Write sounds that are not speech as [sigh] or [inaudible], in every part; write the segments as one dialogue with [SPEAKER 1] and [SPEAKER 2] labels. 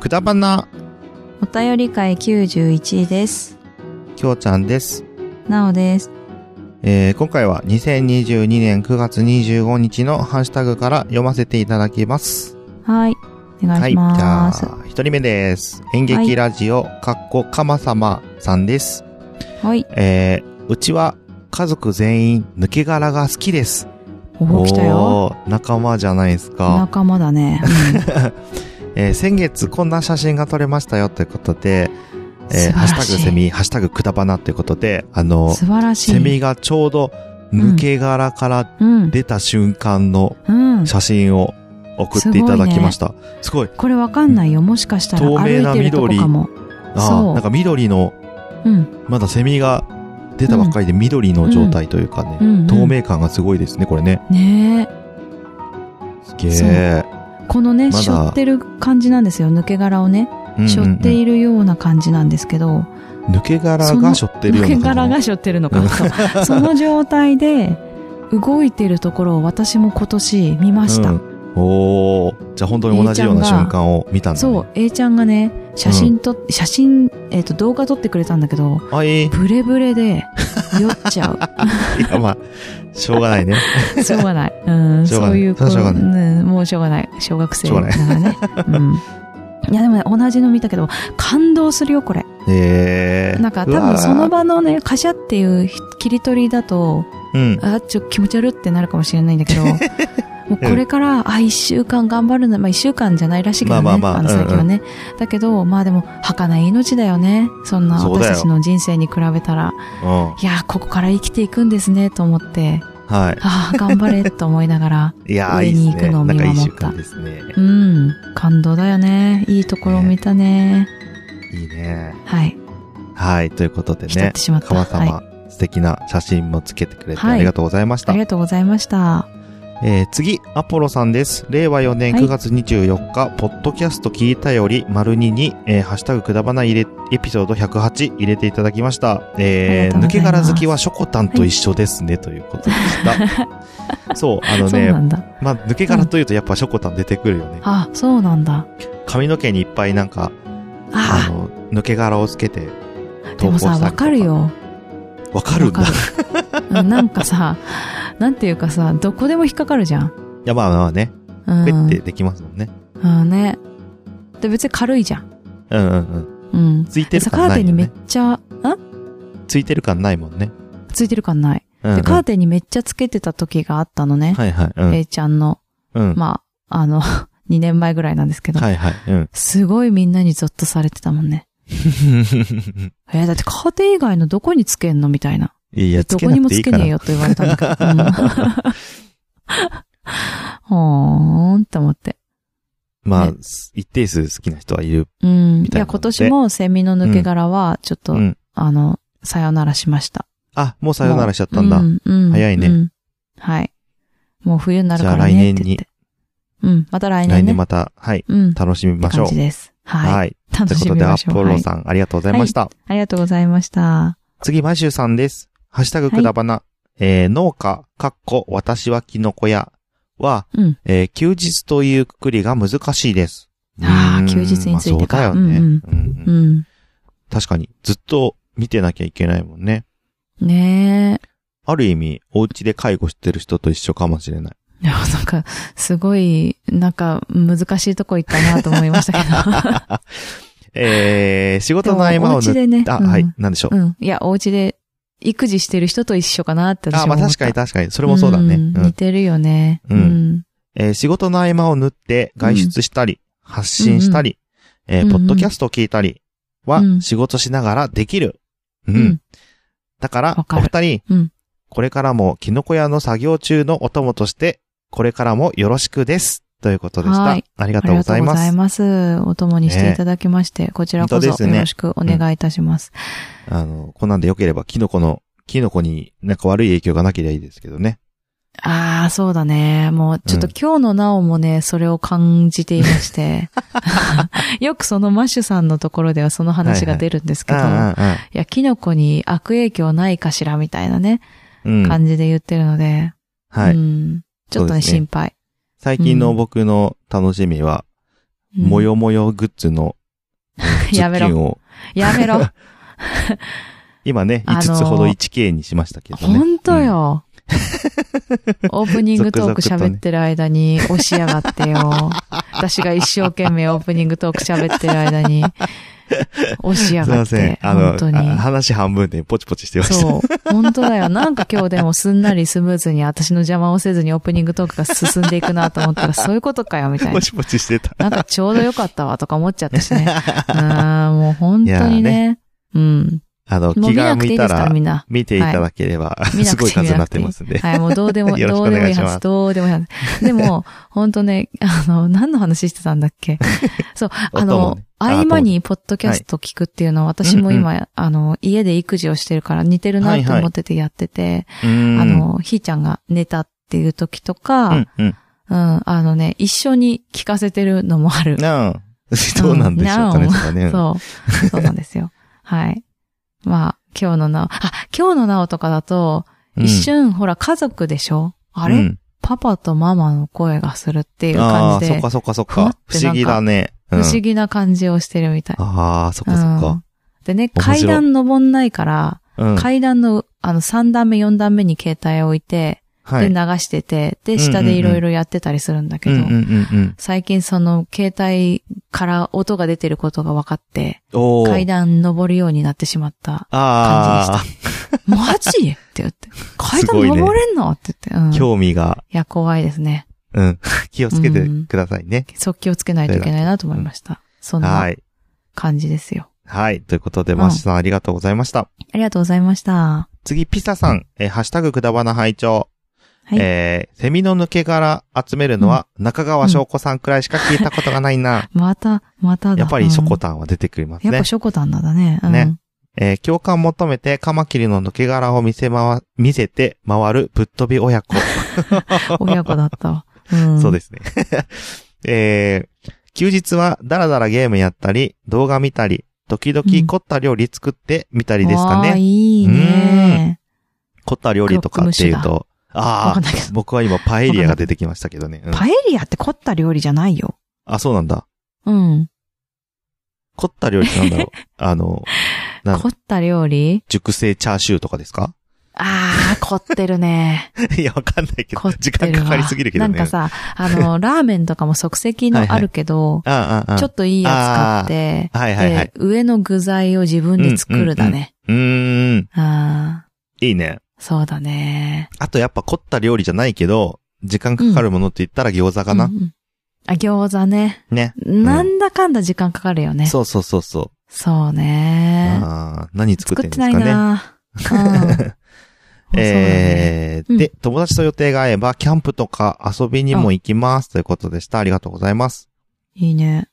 [SPEAKER 1] くだばな、
[SPEAKER 2] お便り会91です。
[SPEAKER 1] きょうちゃんです。
[SPEAKER 2] なおです。
[SPEAKER 1] えー今回は2022年9月25日のハッシュタグから読ませていただきます。
[SPEAKER 2] はい。お願いし
[SPEAKER 1] じゃ
[SPEAKER 2] ま
[SPEAKER 1] あ
[SPEAKER 2] す。は、
[SPEAKER 1] 一人目です。演劇ラジオ、かっこかまさまさんです。
[SPEAKER 2] い。
[SPEAKER 1] えーうちは家族全員抜け殻が好きです。
[SPEAKER 2] おお、来たよ。
[SPEAKER 1] おー仲間じゃないですか。
[SPEAKER 2] 仲間だね。
[SPEAKER 1] えー先月こんな写真が撮れましたよということで、えー
[SPEAKER 2] 素晴らしい
[SPEAKER 1] ハッシュタグセミ、ハッシュタグくだばなということで、あ
[SPEAKER 2] う
[SPEAKER 1] の
[SPEAKER 2] ん、素晴らしい。
[SPEAKER 1] セミがちょうど抜け殻から
[SPEAKER 2] うん。
[SPEAKER 1] 出た瞬間の
[SPEAKER 2] うん。
[SPEAKER 1] 写真を送っていただきました。すごい,、
[SPEAKER 2] これわかんないよ。もしかしたら
[SPEAKER 1] 透
[SPEAKER 2] 歩
[SPEAKER 1] 明
[SPEAKER 2] い
[SPEAKER 1] な
[SPEAKER 2] てるとこかも。
[SPEAKER 1] あ
[SPEAKER 2] そ
[SPEAKER 1] あ、
[SPEAKER 2] う
[SPEAKER 1] なんか緑の、
[SPEAKER 2] うん。
[SPEAKER 1] まだセミが出たばっかりで緑の状態というかね、
[SPEAKER 2] うんうんうん
[SPEAKER 1] 透明感がすごいですね、これね。
[SPEAKER 2] ね
[SPEAKER 1] すげえ。
[SPEAKER 2] え。このね、
[SPEAKER 1] まだ
[SPEAKER 2] 背負ってる感じなんですよ。抜け殻をね。
[SPEAKER 1] うんうんうん
[SPEAKER 2] 背負っているような感じなんですけど。
[SPEAKER 1] 抜け殻が背負ってるよ
[SPEAKER 2] 抜
[SPEAKER 1] うな
[SPEAKER 2] け
[SPEAKER 1] 感じ。
[SPEAKER 2] 殻が背負って
[SPEAKER 1] [laughs]
[SPEAKER 2] るのか。そうその状態で、動いてるところを私も今年見ました
[SPEAKER 1] う。んおお、じゃあ本当に同じような瞬間を見たんだ、ね。
[SPEAKER 2] そう、A ちゃんがね、写真と、写真、えっ、と、動画撮ってくれたんだけど、
[SPEAKER 1] はい。い
[SPEAKER 2] ブレブレ
[SPEAKER 1] [laughs]
[SPEAKER 2] で、酔っちゃう。
[SPEAKER 1] や、まあ、しょうが
[SPEAKER 2] [laughs]
[SPEAKER 1] ないね。
[SPEAKER 2] しょうがない。うん、
[SPEAKER 1] しょうがない
[SPEAKER 2] そういう
[SPEAKER 1] それはしょうが
[SPEAKER 2] うん、もうしょうがない。小学生
[SPEAKER 1] しょうが
[SPEAKER 2] だからね。
[SPEAKER 1] [laughs]
[SPEAKER 2] うん。いや、でもね、同じの見たけど、感動するよ、これ。
[SPEAKER 1] えー。
[SPEAKER 2] なんか、多分その
[SPEAKER 1] 場、
[SPEAKER 2] 場のね、カシャっていう切り取りだと、
[SPEAKER 1] うん。
[SPEAKER 2] あ、ちょ、気持ち悪ってなるかもしれないんだけ
[SPEAKER 1] [laughs]
[SPEAKER 2] ど、もうこれから、あ、一週間頑張るんだ。まあ一週間じゃないらしいけどね。
[SPEAKER 1] まあまあまあ
[SPEAKER 2] の
[SPEAKER 1] うんうん
[SPEAKER 2] 先はね。だけど、まあでも、儚い命だよね。そんな
[SPEAKER 1] そうだ
[SPEAKER 2] 私
[SPEAKER 1] よ
[SPEAKER 2] たちの人生に比べたら、
[SPEAKER 1] うん。
[SPEAKER 2] いやー、ここから生きていくんですね、と思って、
[SPEAKER 1] は
[SPEAKER 2] ああ、頑張れ、と思いな
[SPEAKER 1] [laughs]
[SPEAKER 2] がら、
[SPEAKER 1] い。いやー、い
[SPEAKER 2] 上
[SPEAKER 1] い
[SPEAKER 2] に
[SPEAKER 1] です
[SPEAKER 2] 行く
[SPEAKER 1] ね。
[SPEAKER 2] の
[SPEAKER 1] な
[SPEAKER 2] を
[SPEAKER 1] ん
[SPEAKER 2] 見
[SPEAKER 1] かいい
[SPEAKER 2] 守
[SPEAKER 1] 瞬
[SPEAKER 2] った
[SPEAKER 1] 間ですね。
[SPEAKER 2] うん、感動だよね。いいところを見たね。
[SPEAKER 1] いいね。
[SPEAKER 2] はい、
[SPEAKER 1] はい。ということで
[SPEAKER 2] 浸っ
[SPEAKER 1] ね
[SPEAKER 2] て、しまった。
[SPEAKER 1] かまさ
[SPEAKER 2] はい。
[SPEAKER 1] ま、素敵な写真もつけてくれて
[SPEAKER 2] はい
[SPEAKER 1] ありがとうございまし
[SPEAKER 2] あ
[SPEAKER 1] た。
[SPEAKER 2] りがとうございました。
[SPEAKER 1] えー次、アポロさんです。令和4年
[SPEAKER 2] はい
[SPEAKER 1] 9月24日、ポッドキャスト聞いたより、丸2に、えーハッシュタグくだばな入れ、エピソード108入れていただきました。えー
[SPEAKER 2] ありがとうございます
[SPEAKER 1] 抜け殻好きはショコタンと一緒ですね、ということで
[SPEAKER 2] [laughs]
[SPEAKER 1] した。そう、あの
[SPEAKER 2] そうな
[SPEAKER 1] ね、
[SPEAKER 2] んだ。
[SPEAKER 1] まあ、抜け殻というとやっぱショコタン出てくるよね。
[SPEAKER 2] あ、そうなんだ。
[SPEAKER 1] 髪の毛にいっぱいなんか、あ
[SPEAKER 2] あ
[SPEAKER 1] の、抜け殻をつけて、
[SPEAKER 2] あ、でもさ、わかる。よ。
[SPEAKER 1] わかるんだ。い
[SPEAKER 2] わかるうんなんかさ、なんていうかさ、どこでも引っかかるじゃん。
[SPEAKER 1] や、まあまあね、
[SPEAKER 2] う
[SPEAKER 1] ペ
[SPEAKER 2] ん。
[SPEAKER 1] ッてできますもんね。
[SPEAKER 2] うんね。で、別に軽いじゃん。
[SPEAKER 1] うんうんうん。
[SPEAKER 2] うん。
[SPEAKER 1] ついて
[SPEAKER 2] で
[SPEAKER 1] る
[SPEAKER 2] さ、カ
[SPEAKER 1] 感
[SPEAKER 2] ー
[SPEAKER 1] な
[SPEAKER 2] テン
[SPEAKER 1] い
[SPEAKER 2] に
[SPEAKER 1] よ
[SPEAKER 2] めっ
[SPEAKER 1] ね。
[SPEAKER 2] ちゃ、ん
[SPEAKER 1] ついてる感ないもんね。
[SPEAKER 2] ついてる感ない。
[SPEAKER 1] うんうん
[SPEAKER 2] で、カーテンにめっちゃつけてた時があったのね。
[SPEAKER 1] はいはい。うん。
[SPEAKER 2] A ちゃんの。
[SPEAKER 1] うん。
[SPEAKER 2] まあ、あの、2年 [laughs] 前ぐらいなんですけど。
[SPEAKER 1] はいはい。うん。 [laughs]
[SPEAKER 2] すごいみんなにゾッとされてたもんね。えーだってカーテン以外のどこにつけんのみたいな。
[SPEAKER 1] いや、つ
[SPEAKER 2] ど
[SPEAKER 1] け
[SPEAKER 2] こ
[SPEAKER 1] な
[SPEAKER 2] にも
[SPEAKER 1] くてい
[SPEAKER 2] つ
[SPEAKER 1] い
[SPEAKER 2] け
[SPEAKER 1] から。
[SPEAKER 2] ねえよと言われたんだけど。うん
[SPEAKER 1] [laughs]
[SPEAKER 2] ほーん [laughs] って思って。
[SPEAKER 1] まあ
[SPEAKER 2] ね、
[SPEAKER 1] 一定数好きな人はいる。
[SPEAKER 2] うん。
[SPEAKER 1] み
[SPEAKER 2] い
[SPEAKER 1] たいなので
[SPEAKER 2] や、今年もセミの抜け殻は、ちょっと、
[SPEAKER 1] うん。
[SPEAKER 2] あの、さよならしました。
[SPEAKER 1] あ、もうさよならしちゃったんだ
[SPEAKER 2] う。うん
[SPEAKER 1] 早いね
[SPEAKER 2] うんはい。もう冬になるから
[SPEAKER 1] じゃあ来
[SPEAKER 2] ね
[SPEAKER 1] 年
[SPEAKER 2] って
[SPEAKER 1] に
[SPEAKER 2] 言って。うん、また来
[SPEAKER 1] 来
[SPEAKER 2] 年ね。
[SPEAKER 1] 年また、はい、
[SPEAKER 2] うん。って
[SPEAKER 1] 楽しみましょ
[SPEAKER 2] 感
[SPEAKER 1] う
[SPEAKER 2] じ。です。はい。
[SPEAKER 1] はい。と
[SPEAKER 2] 楽
[SPEAKER 1] いうこ
[SPEAKER 2] し
[SPEAKER 1] と
[SPEAKER 2] み
[SPEAKER 1] で、ア
[SPEAKER 2] ましょう。
[SPEAKER 1] ポロ
[SPEAKER 2] はい
[SPEAKER 1] さん、ありがとうございました。
[SPEAKER 2] ありがとうございました。
[SPEAKER 1] 次、マシューさんです。ハッシュタグくだばな。えー、農家、かっこ、私はキノコ屋は、
[SPEAKER 2] うん
[SPEAKER 1] えー休日というくくりが難しいです。
[SPEAKER 2] あ
[SPEAKER 1] う
[SPEAKER 2] ー
[SPEAKER 1] ーん
[SPEAKER 2] 休日についてか
[SPEAKER 1] まあそうだよね。
[SPEAKER 2] うん
[SPEAKER 1] うん
[SPEAKER 2] う
[SPEAKER 1] うん
[SPEAKER 2] ん。
[SPEAKER 1] 確かに、ずっと見てなきゃいけないもんね。
[SPEAKER 2] ねえ。
[SPEAKER 1] ある意味、お家で介護してる人と一緒かもしれない。
[SPEAKER 2] いや、なんか、すごい、なんか、難しいとこ行ったなと思いました
[SPEAKER 1] [laughs]
[SPEAKER 2] けど。
[SPEAKER 1] えー、仕
[SPEAKER 2] で
[SPEAKER 1] 事
[SPEAKER 2] も
[SPEAKER 1] の合間
[SPEAKER 2] お
[SPEAKER 1] を
[SPEAKER 2] 家
[SPEAKER 1] ぬ、
[SPEAKER 2] でね。
[SPEAKER 1] あ、
[SPEAKER 2] うん
[SPEAKER 1] はい、なんでしょう。
[SPEAKER 2] うん。いや、お家で育児してる人と一緒かなって私は
[SPEAKER 1] あ、ま
[SPEAKER 2] 思
[SPEAKER 1] あ
[SPEAKER 2] った。
[SPEAKER 1] 確かに確かに、それもそうだね。
[SPEAKER 2] ん
[SPEAKER 1] うん
[SPEAKER 2] 似てるよね。
[SPEAKER 1] うんえー仕事の合間を縫って外出したり、発信したり、えー
[SPEAKER 2] うんうん
[SPEAKER 1] ポッドキャストを聞いたりは
[SPEAKER 2] うん
[SPEAKER 1] 仕事しながらできる。うん。
[SPEAKER 2] うん
[SPEAKER 1] だから
[SPEAKER 2] わ、
[SPEAKER 1] お
[SPEAKER 2] かる
[SPEAKER 1] 二人、
[SPEAKER 2] うん
[SPEAKER 1] これからもキノコ屋の作業中のお供として、これからもよろしくです。ということでした。
[SPEAKER 2] はい
[SPEAKER 1] ありが
[SPEAKER 2] あ
[SPEAKER 1] とう
[SPEAKER 2] り
[SPEAKER 1] ご
[SPEAKER 2] がと
[SPEAKER 1] ざいう
[SPEAKER 2] ご
[SPEAKER 1] ま
[SPEAKER 2] ざい
[SPEAKER 1] す。
[SPEAKER 2] ます。お供にしていただきまして、こちらこ
[SPEAKER 1] 本当
[SPEAKER 2] そ
[SPEAKER 1] で
[SPEAKER 2] よ
[SPEAKER 1] すね
[SPEAKER 2] ろしくお願いいたします。
[SPEAKER 1] あの、こんなんでよければ、キノコの、キノコになんか悪い影響がなければいいですけどね。
[SPEAKER 2] ああ、そうだね。もう、ちょっと今日のなおもね、それを感じていま
[SPEAKER 1] [laughs]
[SPEAKER 2] して。 [laughs] よくそのマッシュさんのところではその話が出るんですけ
[SPEAKER 1] うん
[SPEAKER 2] ど、
[SPEAKER 1] う
[SPEAKER 2] い
[SPEAKER 1] んうん
[SPEAKER 2] や、キノコに悪影響ないかしらみたいなね、
[SPEAKER 1] うん。
[SPEAKER 2] 感じで言ってるので、
[SPEAKER 1] はい。
[SPEAKER 2] うんちょっとね、
[SPEAKER 1] そうですね
[SPEAKER 2] 心配。
[SPEAKER 1] 最近の僕の楽しみは、
[SPEAKER 2] うん
[SPEAKER 1] もよもよグッズの、ズ
[SPEAKER 2] [laughs] や
[SPEAKER 1] ッ
[SPEAKER 2] め
[SPEAKER 1] キン
[SPEAKER 2] ろ。
[SPEAKER 1] を、
[SPEAKER 2] やめろ。
[SPEAKER 1] 今ね、
[SPEAKER 2] あ
[SPEAKER 1] 5
[SPEAKER 2] のー
[SPEAKER 1] つほど 1K にしましたけどね。
[SPEAKER 2] ほんとよ。 [laughs] オープニングトーク喋ってる間に押しやがっ
[SPEAKER 1] [laughs]
[SPEAKER 2] てよ。私が一生懸命オープニングトーク喋ってる間に押しや
[SPEAKER 1] すい
[SPEAKER 2] が
[SPEAKER 1] ま
[SPEAKER 2] っ
[SPEAKER 1] せん
[SPEAKER 2] て。。
[SPEAKER 1] あ
[SPEAKER 2] 本当に。
[SPEAKER 1] の、あ話半分でポチポチしてました。
[SPEAKER 2] そう。本当だよ。なんか今日でもすんなりスムーズに私の邪魔をせずにオープニングトークが進んでいくなと思ったらそういうことかよ、みた
[SPEAKER 1] [laughs]
[SPEAKER 2] いな
[SPEAKER 1] ポ。チポチしてた。
[SPEAKER 2] なんかちょうどよかったわとか思っちゃったしね。あーもう本当にね。
[SPEAKER 1] い
[SPEAKER 2] うん。
[SPEAKER 1] あの、
[SPEAKER 2] もう
[SPEAKER 1] 気
[SPEAKER 2] 見
[SPEAKER 1] が
[SPEAKER 2] なく
[SPEAKER 1] 向
[SPEAKER 2] てい
[SPEAKER 1] い
[SPEAKER 2] い
[SPEAKER 1] た
[SPEAKER 2] ですからら、みんな。
[SPEAKER 1] 見ていただければ、
[SPEAKER 2] 見な
[SPEAKER 1] す
[SPEAKER 2] くて
[SPEAKER 1] ごい数になって
[SPEAKER 2] 見な
[SPEAKER 1] ま
[SPEAKER 2] く
[SPEAKER 1] すん [laughs] で。
[SPEAKER 2] はい、もうどうでも、
[SPEAKER 1] よろしく
[SPEAKER 2] ど
[SPEAKER 1] お
[SPEAKER 2] うでも
[SPEAKER 1] 願
[SPEAKER 2] い
[SPEAKER 1] い
[SPEAKER 2] い
[SPEAKER 1] します
[SPEAKER 2] 話、どうでもいい話。
[SPEAKER 1] [laughs]
[SPEAKER 2] でも、本当ね、あの、何の話してたんだっけそう、あ
[SPEAKER 1] 音も
[SPEAKER 2] の
[SPEAKER 1] ね、あ
[SPEAKER 2] 合間にポッドキャスト聞くっていうのは、私も今、あの、家で育児をしてるから似てるなと思っててやってて、
[SPEAKER 1] うーん
[SPEAKER 2] あ、の、ひーちゃんが寝たっていう時とか、
[SPEAKER 1] うんうん。
[SPEAKER 2] うん、あのね、一緒に聞かせてるのもある。
[SPEAKER 1] なあ、どうなんでしょうかね、
[SPEAKER 2] うん
[SPEAKER 1] それはね。
[SPEAKER 2] そう。そうなん
[SPEAKER 1] [laughs]
[SPEAKER 2] ですよ。はい。まあ、今日のなお、あ、今日のなおとかだと、
[SPEAKER 1] うん
[SPEAKER 2] 一瞬、ほら、家族でしょあれ、
[SPEAKER 1] うん
[SPEAKER 2] パパとママの声がするっていう
[SPEAKER 1] あ
[SPEAKER 2] 感
[SPEAKER 1] あ、
[SPEAKER 2] じ
[SPEAKER 1] そっ
[SPEAKER 2] で、
[SPEAKER 1] かそっかそっ
[SPEAKER 2] ふわっ
[SPEAKER 1] か。
[SPEAKER 2] て
[SPEAKER 1] 不
[SPEAKER 2] なんか
[SPEAKER 1] 思議だね。
[SPEAKER 2] 不
[SPEAKER 1] うん
[SPEAKER 2] 思議な感じをしてるみたい。
[SPEAKER 1] ああ、そっ
[SPEAKER 2] う
[SPEAKER 1] かそっか
[SPEAKER 2] ん。でね、
[SPEAKER 1] 面白い
[SPEAKER 2] 階段登んないから、
[SPEAKER 1] うん。
[SPEAKER 2] 階段の、あの、3段目、4段目に携帯を置いて、
[SPEAKER 1] は
[SPEAKER 2] で、
[SPEAKER 1] い。
[SPEAKER 2] 流してて、で、下でいろいろやってたりするんだけ
[SPEAKER 1] うん
[SPEAKER 2] ど、
[SPEAKER 1] うんうんうん。
[SPEAKER 2] 最近その、携帯から音が出てることが分かって、
[SPEAKER 1] おお。
[SPEAKER 2] 階段登るようになってしまった。
[SPEAKER 1] ああ、
[SPEAKER 2] マジって
[SPEAKER 1] [laughs]
[SPEAKER 2] 言って。階段登れんの、って言って。うん。い
[SPEAKER 1] 興味が、
[SPEAKER 2] や、怖いですね。 [laughs]
[SPEAKER 1] うん。気をつけてくださいね。
[SPEAKER 2] 即興つけないといけないなと思いました。そん
[SPEAKER 1] は。
[SPEAKER 2] ない感じですよ。
[SPEAKER 1] はい。ということで、
[SPEAKER 2] うん
[SPEAKER 1] マシさんありがとうございました。
[SPEAKER 2] ありがとうございました。
[SPEAKER 1] 次、ピサさん、えーハッシュタグくだばな拝聴。
[SPEAKER 2] はい
[SPEAKER 1] えーセミの抜け殻集めるのは中川翔子さんくらいしか聞いたことがない
[SPEAKER 2] [laughs]
[SPEAKER 1] な。
[SPEAKER 2] また、まただ。
[SPEAKER 1] やっぱりショコ
[SPEAKER 2] タ
[SPEAKER 1] タンは出てくれます
[SPEAKER 2] やっ
[SPEAKER 1] ね
[SPEAKER 2] ぱ。ショコタンなんだね。うん
[SPEAKER 1] ね。えー共感求めてカマキリの抜け殻を見せまわ、見せて回るぶっ飛び親子。
[SPEAKER 2] 親子だっ
[SPEAKER 1] [laughs]
[SPEAKER 2] たわ。うん。。
[SPEAKER 1] そうですすね。えー休日はダラダラゲームやったり、動画見たり、時々凝った料理作ってみたりですかね。
[SPEAKER 2] いいね。
[SPEAKER 1] 凝った料理とかっていう
[SPEAKER 2] クロ
[SPEAKER 1] と、
[SPEAKER 2] わ
[SPEAKER 1] あ
[SPEAKER 2] か
[SPEAKER 1] あ
[SPEAKER 2] ん、ないけど。
[SPEAKER 1] 僕は今パエリアが出てきましたけどね。うん
[SPEAKER 2] パエリアって凝った料理じゃないよ。
[SPEAKER 1] あ、そうなんだ。
[SPEAKER 2] うん。
[SPEAKER 1] 凝った料理ってなん
[SPEAKER 2] [laughs]
[SPEAKER 1] だろう。あの、なん
[SPEAKER 2] 凝った料理
[SPEAKER 1] 熟成チャーシューとかですか [laughs]
[SPEAKER 2] あー、凝ってるね。
[SPEAKER 1] いや、わかんないけ
[SPEAKER 2] 凝
[SPEAKER 1] ど、
[SPEAKER 2] って
[SPEAKER 1] [laughs] 時
[SPEAKER 2] る
[SPEAKER 1] 間
[SPEAKER 2] わ
[SPEAKER 1] かかりすぎるけどね。
[SPEAKER 2] なんかさ、あ
[SPEAKER 1] [laughs]
[SPEAKER 2] の、ラーメンとかも即席のあるけど、
[SPEAKER 1] ああ、ああ、
[SPEAKER 2] ちょっといいやつ買って、
[SPEAKER 1] はいはいはい
[SPEAKER 2] で、。上の具材を自分で作るだね。
[SPEAKER 1] うーん。
[SPEAKER 2] あ
[SPEAKER 1] いいね。
[SPEAKER 2] ー、そうだね。
[SPEAKER 1] あとやっぱ凝った料理じゃないけど、時間かかるものって言ったら餃子かな
[SPEAKER 2] うん。うんあ、餃子ね。
[SPEAKER 1] ね。
[SPEAKER 2] なんだかんだ時間かかるよね。
[SPEAKER 1] そうそうそうそう。
[SPEAKER 2] そうね。
[SPEAKER 1] ああ、何作っ
[SPEAKER 2] 作
[SPEAKER 1] てん
[SPEAKER 2] っ
[SPEAKER 1] で
[SPEAKER 2] て
[SPEAKER 1] すか
[SPEAKER 2] ない
[SPEAKER 1] ね。
[SPEAKER 2] な。
[SPEAKER 1] [laughs]
[SPEAKER 2] うん
[SPEAKER 1] え
[SPEAKER 2] う
[SPEAKER 1] ー、
[SPEAKER 2] ん
[SPEAKER 1] で、友達と予定が合えば、キャンプとか遊びにも行きます。ということでした。ありがとうございます。
[SPEAKER 2] いいね。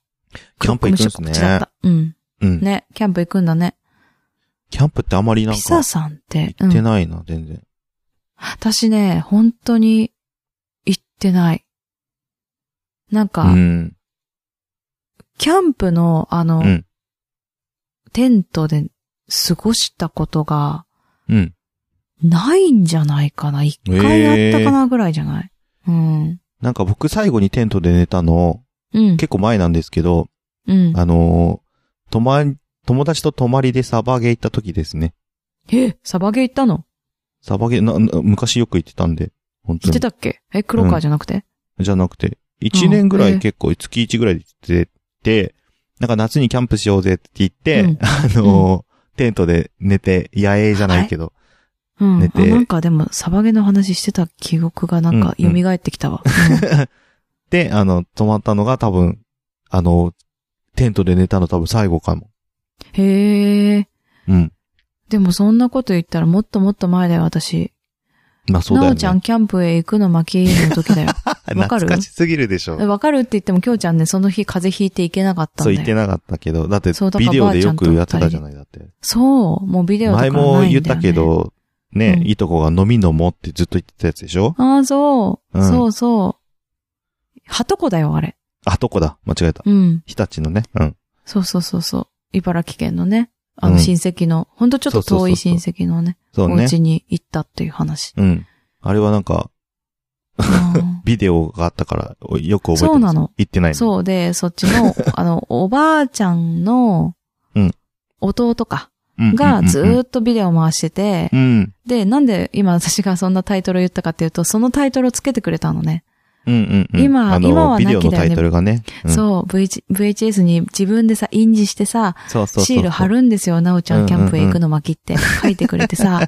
[SPEAKER 1] キャンプ行くんです
[SPEAKER 2] 告知だっ
[SPEAKER 1] ね。
[SPEAKER 2] たうん。
[SPEAKER 1] うん。
[SPEAKER 2] ね、キャンプ行くんだね。
[SPEAKER 1] キャンプってあまりなん
[SPEAKER 2] ピサ
[SPEAKER 1] か、
[SPEAKER 2] さんって、う
[SPEAKER 1] 行って
[SPEAKER 2] ん、
[SPEAKER 1] ないな、全然。
[SPEAKER 2] 私ね、本当に行ってない。なん
[SPEAKER 1] う
[SPEAKER 2] か、
[SPEAKER 1] ん。
[SPEAKER 2] キャンプの、あの、
[SPEAKER 1] うん
[SPEAKER 2] テントで過ごしたことが
[SPEAKER 1] うん。
[SPEAKER 2] ないんじゃないかな。一回あったかなぐらいじゃない、うん。
[SPEAKER 1] なんか僕最後にテントで寝たの、
[SPEAKER 2] うん。
[SPEAKER 1] 結構前なんですけど、
[SPEAKER 2] うん。
[SPEAKER 1] あのー、泊まり、友達と泊まりでサバゲ行った時ですね。
[SPEAKER 2] え、サバゲー行ったの
[SPEAKER 1] サバゲ、な、な昔よく行ってたんで、本当
[SPEAKER 2] 行って
[SPEAKER 1] に。
[SPEAKER 2] たっけえ、黒川じゃなくて、
[SPEAKER 1] じゃなくて、1年ぐら
[SPEAKER 2] へ
[SPEAKER 1] い
[SPEAKER 2] え
[SPEAKER 1] 結構、月1ぐらいで行ってて、なんか夏にキャンプしようぜって言って、
[SPEAKER 2] うん
[SPEAKER 1] あのー、テントで寝て、野営じゃないけど、
[SPEAKER 2] うん。
[SPEAKER 1] 寝て
[SPEAKER 2] あなんかでも、サバゲーの話してた記憶がなんか
[SPEAKER 1] うんうん
[SPEAKER 2] 蘇ってきたわ。
[SPEAKER 1] で、あの、泊まったのが多分、あの、テントで寝たの多分最後かも。
[SPEAKER 2] うんへえ。
[SPEAKER 1] うん。
[SPEAKER 2] でもそんなこと言ったらもっともっと前だよ、私。
[SPEAKER 1] まあそうだ
[SPEAKER 2] な
[SPEAKER 1] よ
[SPEAKER 2] お
[SPEAKER 1] ね。
[SPEAKER 2] ちゃんキャンプへ行くの巻きの時
[SPEAKER 1] [laughs]
[SPEAKER 2] だよ。わかる
[SPEAKER 1] 懐かしすぎるでしょ。
[SPEAKER 2] えわかるって言っても、きょうちゃんね、その日風邪ひいて行けなかったん
[SPEAKER 1] そ
[SPEAKER 2] だ
[SPEAKER 1] う
[SPEAKER 2] よ。
[SPEAKER 1] 言ってなかったけど、だって
[SPEAKER 2] そうだか
[SPEAKER 1] ビ
[SPEAKER 2] ら
[SPEAKER 1] デオで
[SPEAKER 2] ばあちゃ
[SPEAKER 1] よ
[SPEAKER 2] んと
[SPEAKER 1] くやってたじゃない、だって。
[SPEAKER 2] そう、もうビデオとかな
[SPEAKER 1] 前
[SPEAKER 2] いんだよ、ね。
[SPEAKER 1] も言ったけ。ど、ね、
[SPEAKER 2] うん
[SPEAKER 1] いとこが飲み飲もうってずっと言ってたやつでしょ
[SPEAKER 2] ああ、そう、
[SPEAKER 1] うん
[SPEAKER 2] そうそう。はとこだよ、あれ。
[SPEAKER 1] あ、どこだ間違えた。
[SPEAKER 2] うん。
[SPEAKER 1] 日立のね。うん。
[SPEAKER 2] そうそうそうそう。茨城県のね、あの
[SPEAKER 1] うん
[SPEAKER 2] 親戚の、ほんとちょっと遠い親戚のね、
[SPEAKER 1] そうね
[SPEAKER 2] お。家に行ったっていう話。
[SPEAKER 1] [laughs] うん。あれはなんか、
[SPEAKER 2] うんうん。
[SPEAKER 1] ビデオがあったから、およく覚えてます。
[SPEAKER 2] そうなの。
[SPEAKER 1] 行ってないの。
[SPEAKER 2] そうで、そっち
[SPEAKER 1] [laughs]
[SPEAKER 2] の、あの、おばあちゃんの
[SPEAKER 1] うん、
[SPEAKER 2] 弟か、
[SPEAKER 1] うん
[SPEAKER 2] がず
[SPEAKER 1] うん
[SPEAKER 2] ーっとビデオ回してて、
[SPEAKER 1] うん
[SPEAKER 2] で、なんで今私がそんなタイトルを言ったかっていうと、そのタイトルをつけてくれたのね。
[SPEAKER 1] うんうんうん。
[SPEAKER 2] 今
[SPEAKER 1] あの
[SPEAKER 2] 今はな
[SPEAKER 1] ビ
[SPEAKER 2] き
[SPEAKER 1] デ
[SPEAKER 2] だよ
[SPEAKER 1] オ
[SPEAKER 2] ね
[SPEAKER 1] のタイトルがね。うん
[SPEAKER 2] そう、VH、VHS に自分でさ、印字してさ、
[SPEAKER 1] そうそうそうそう。
[SPEAKER 2] シール貼るんですよ、なおちゃんキャンプへ行くの巻って
[SPEAKER 1] [laughs]
[SPEAKER 2] 書いてくれてさ、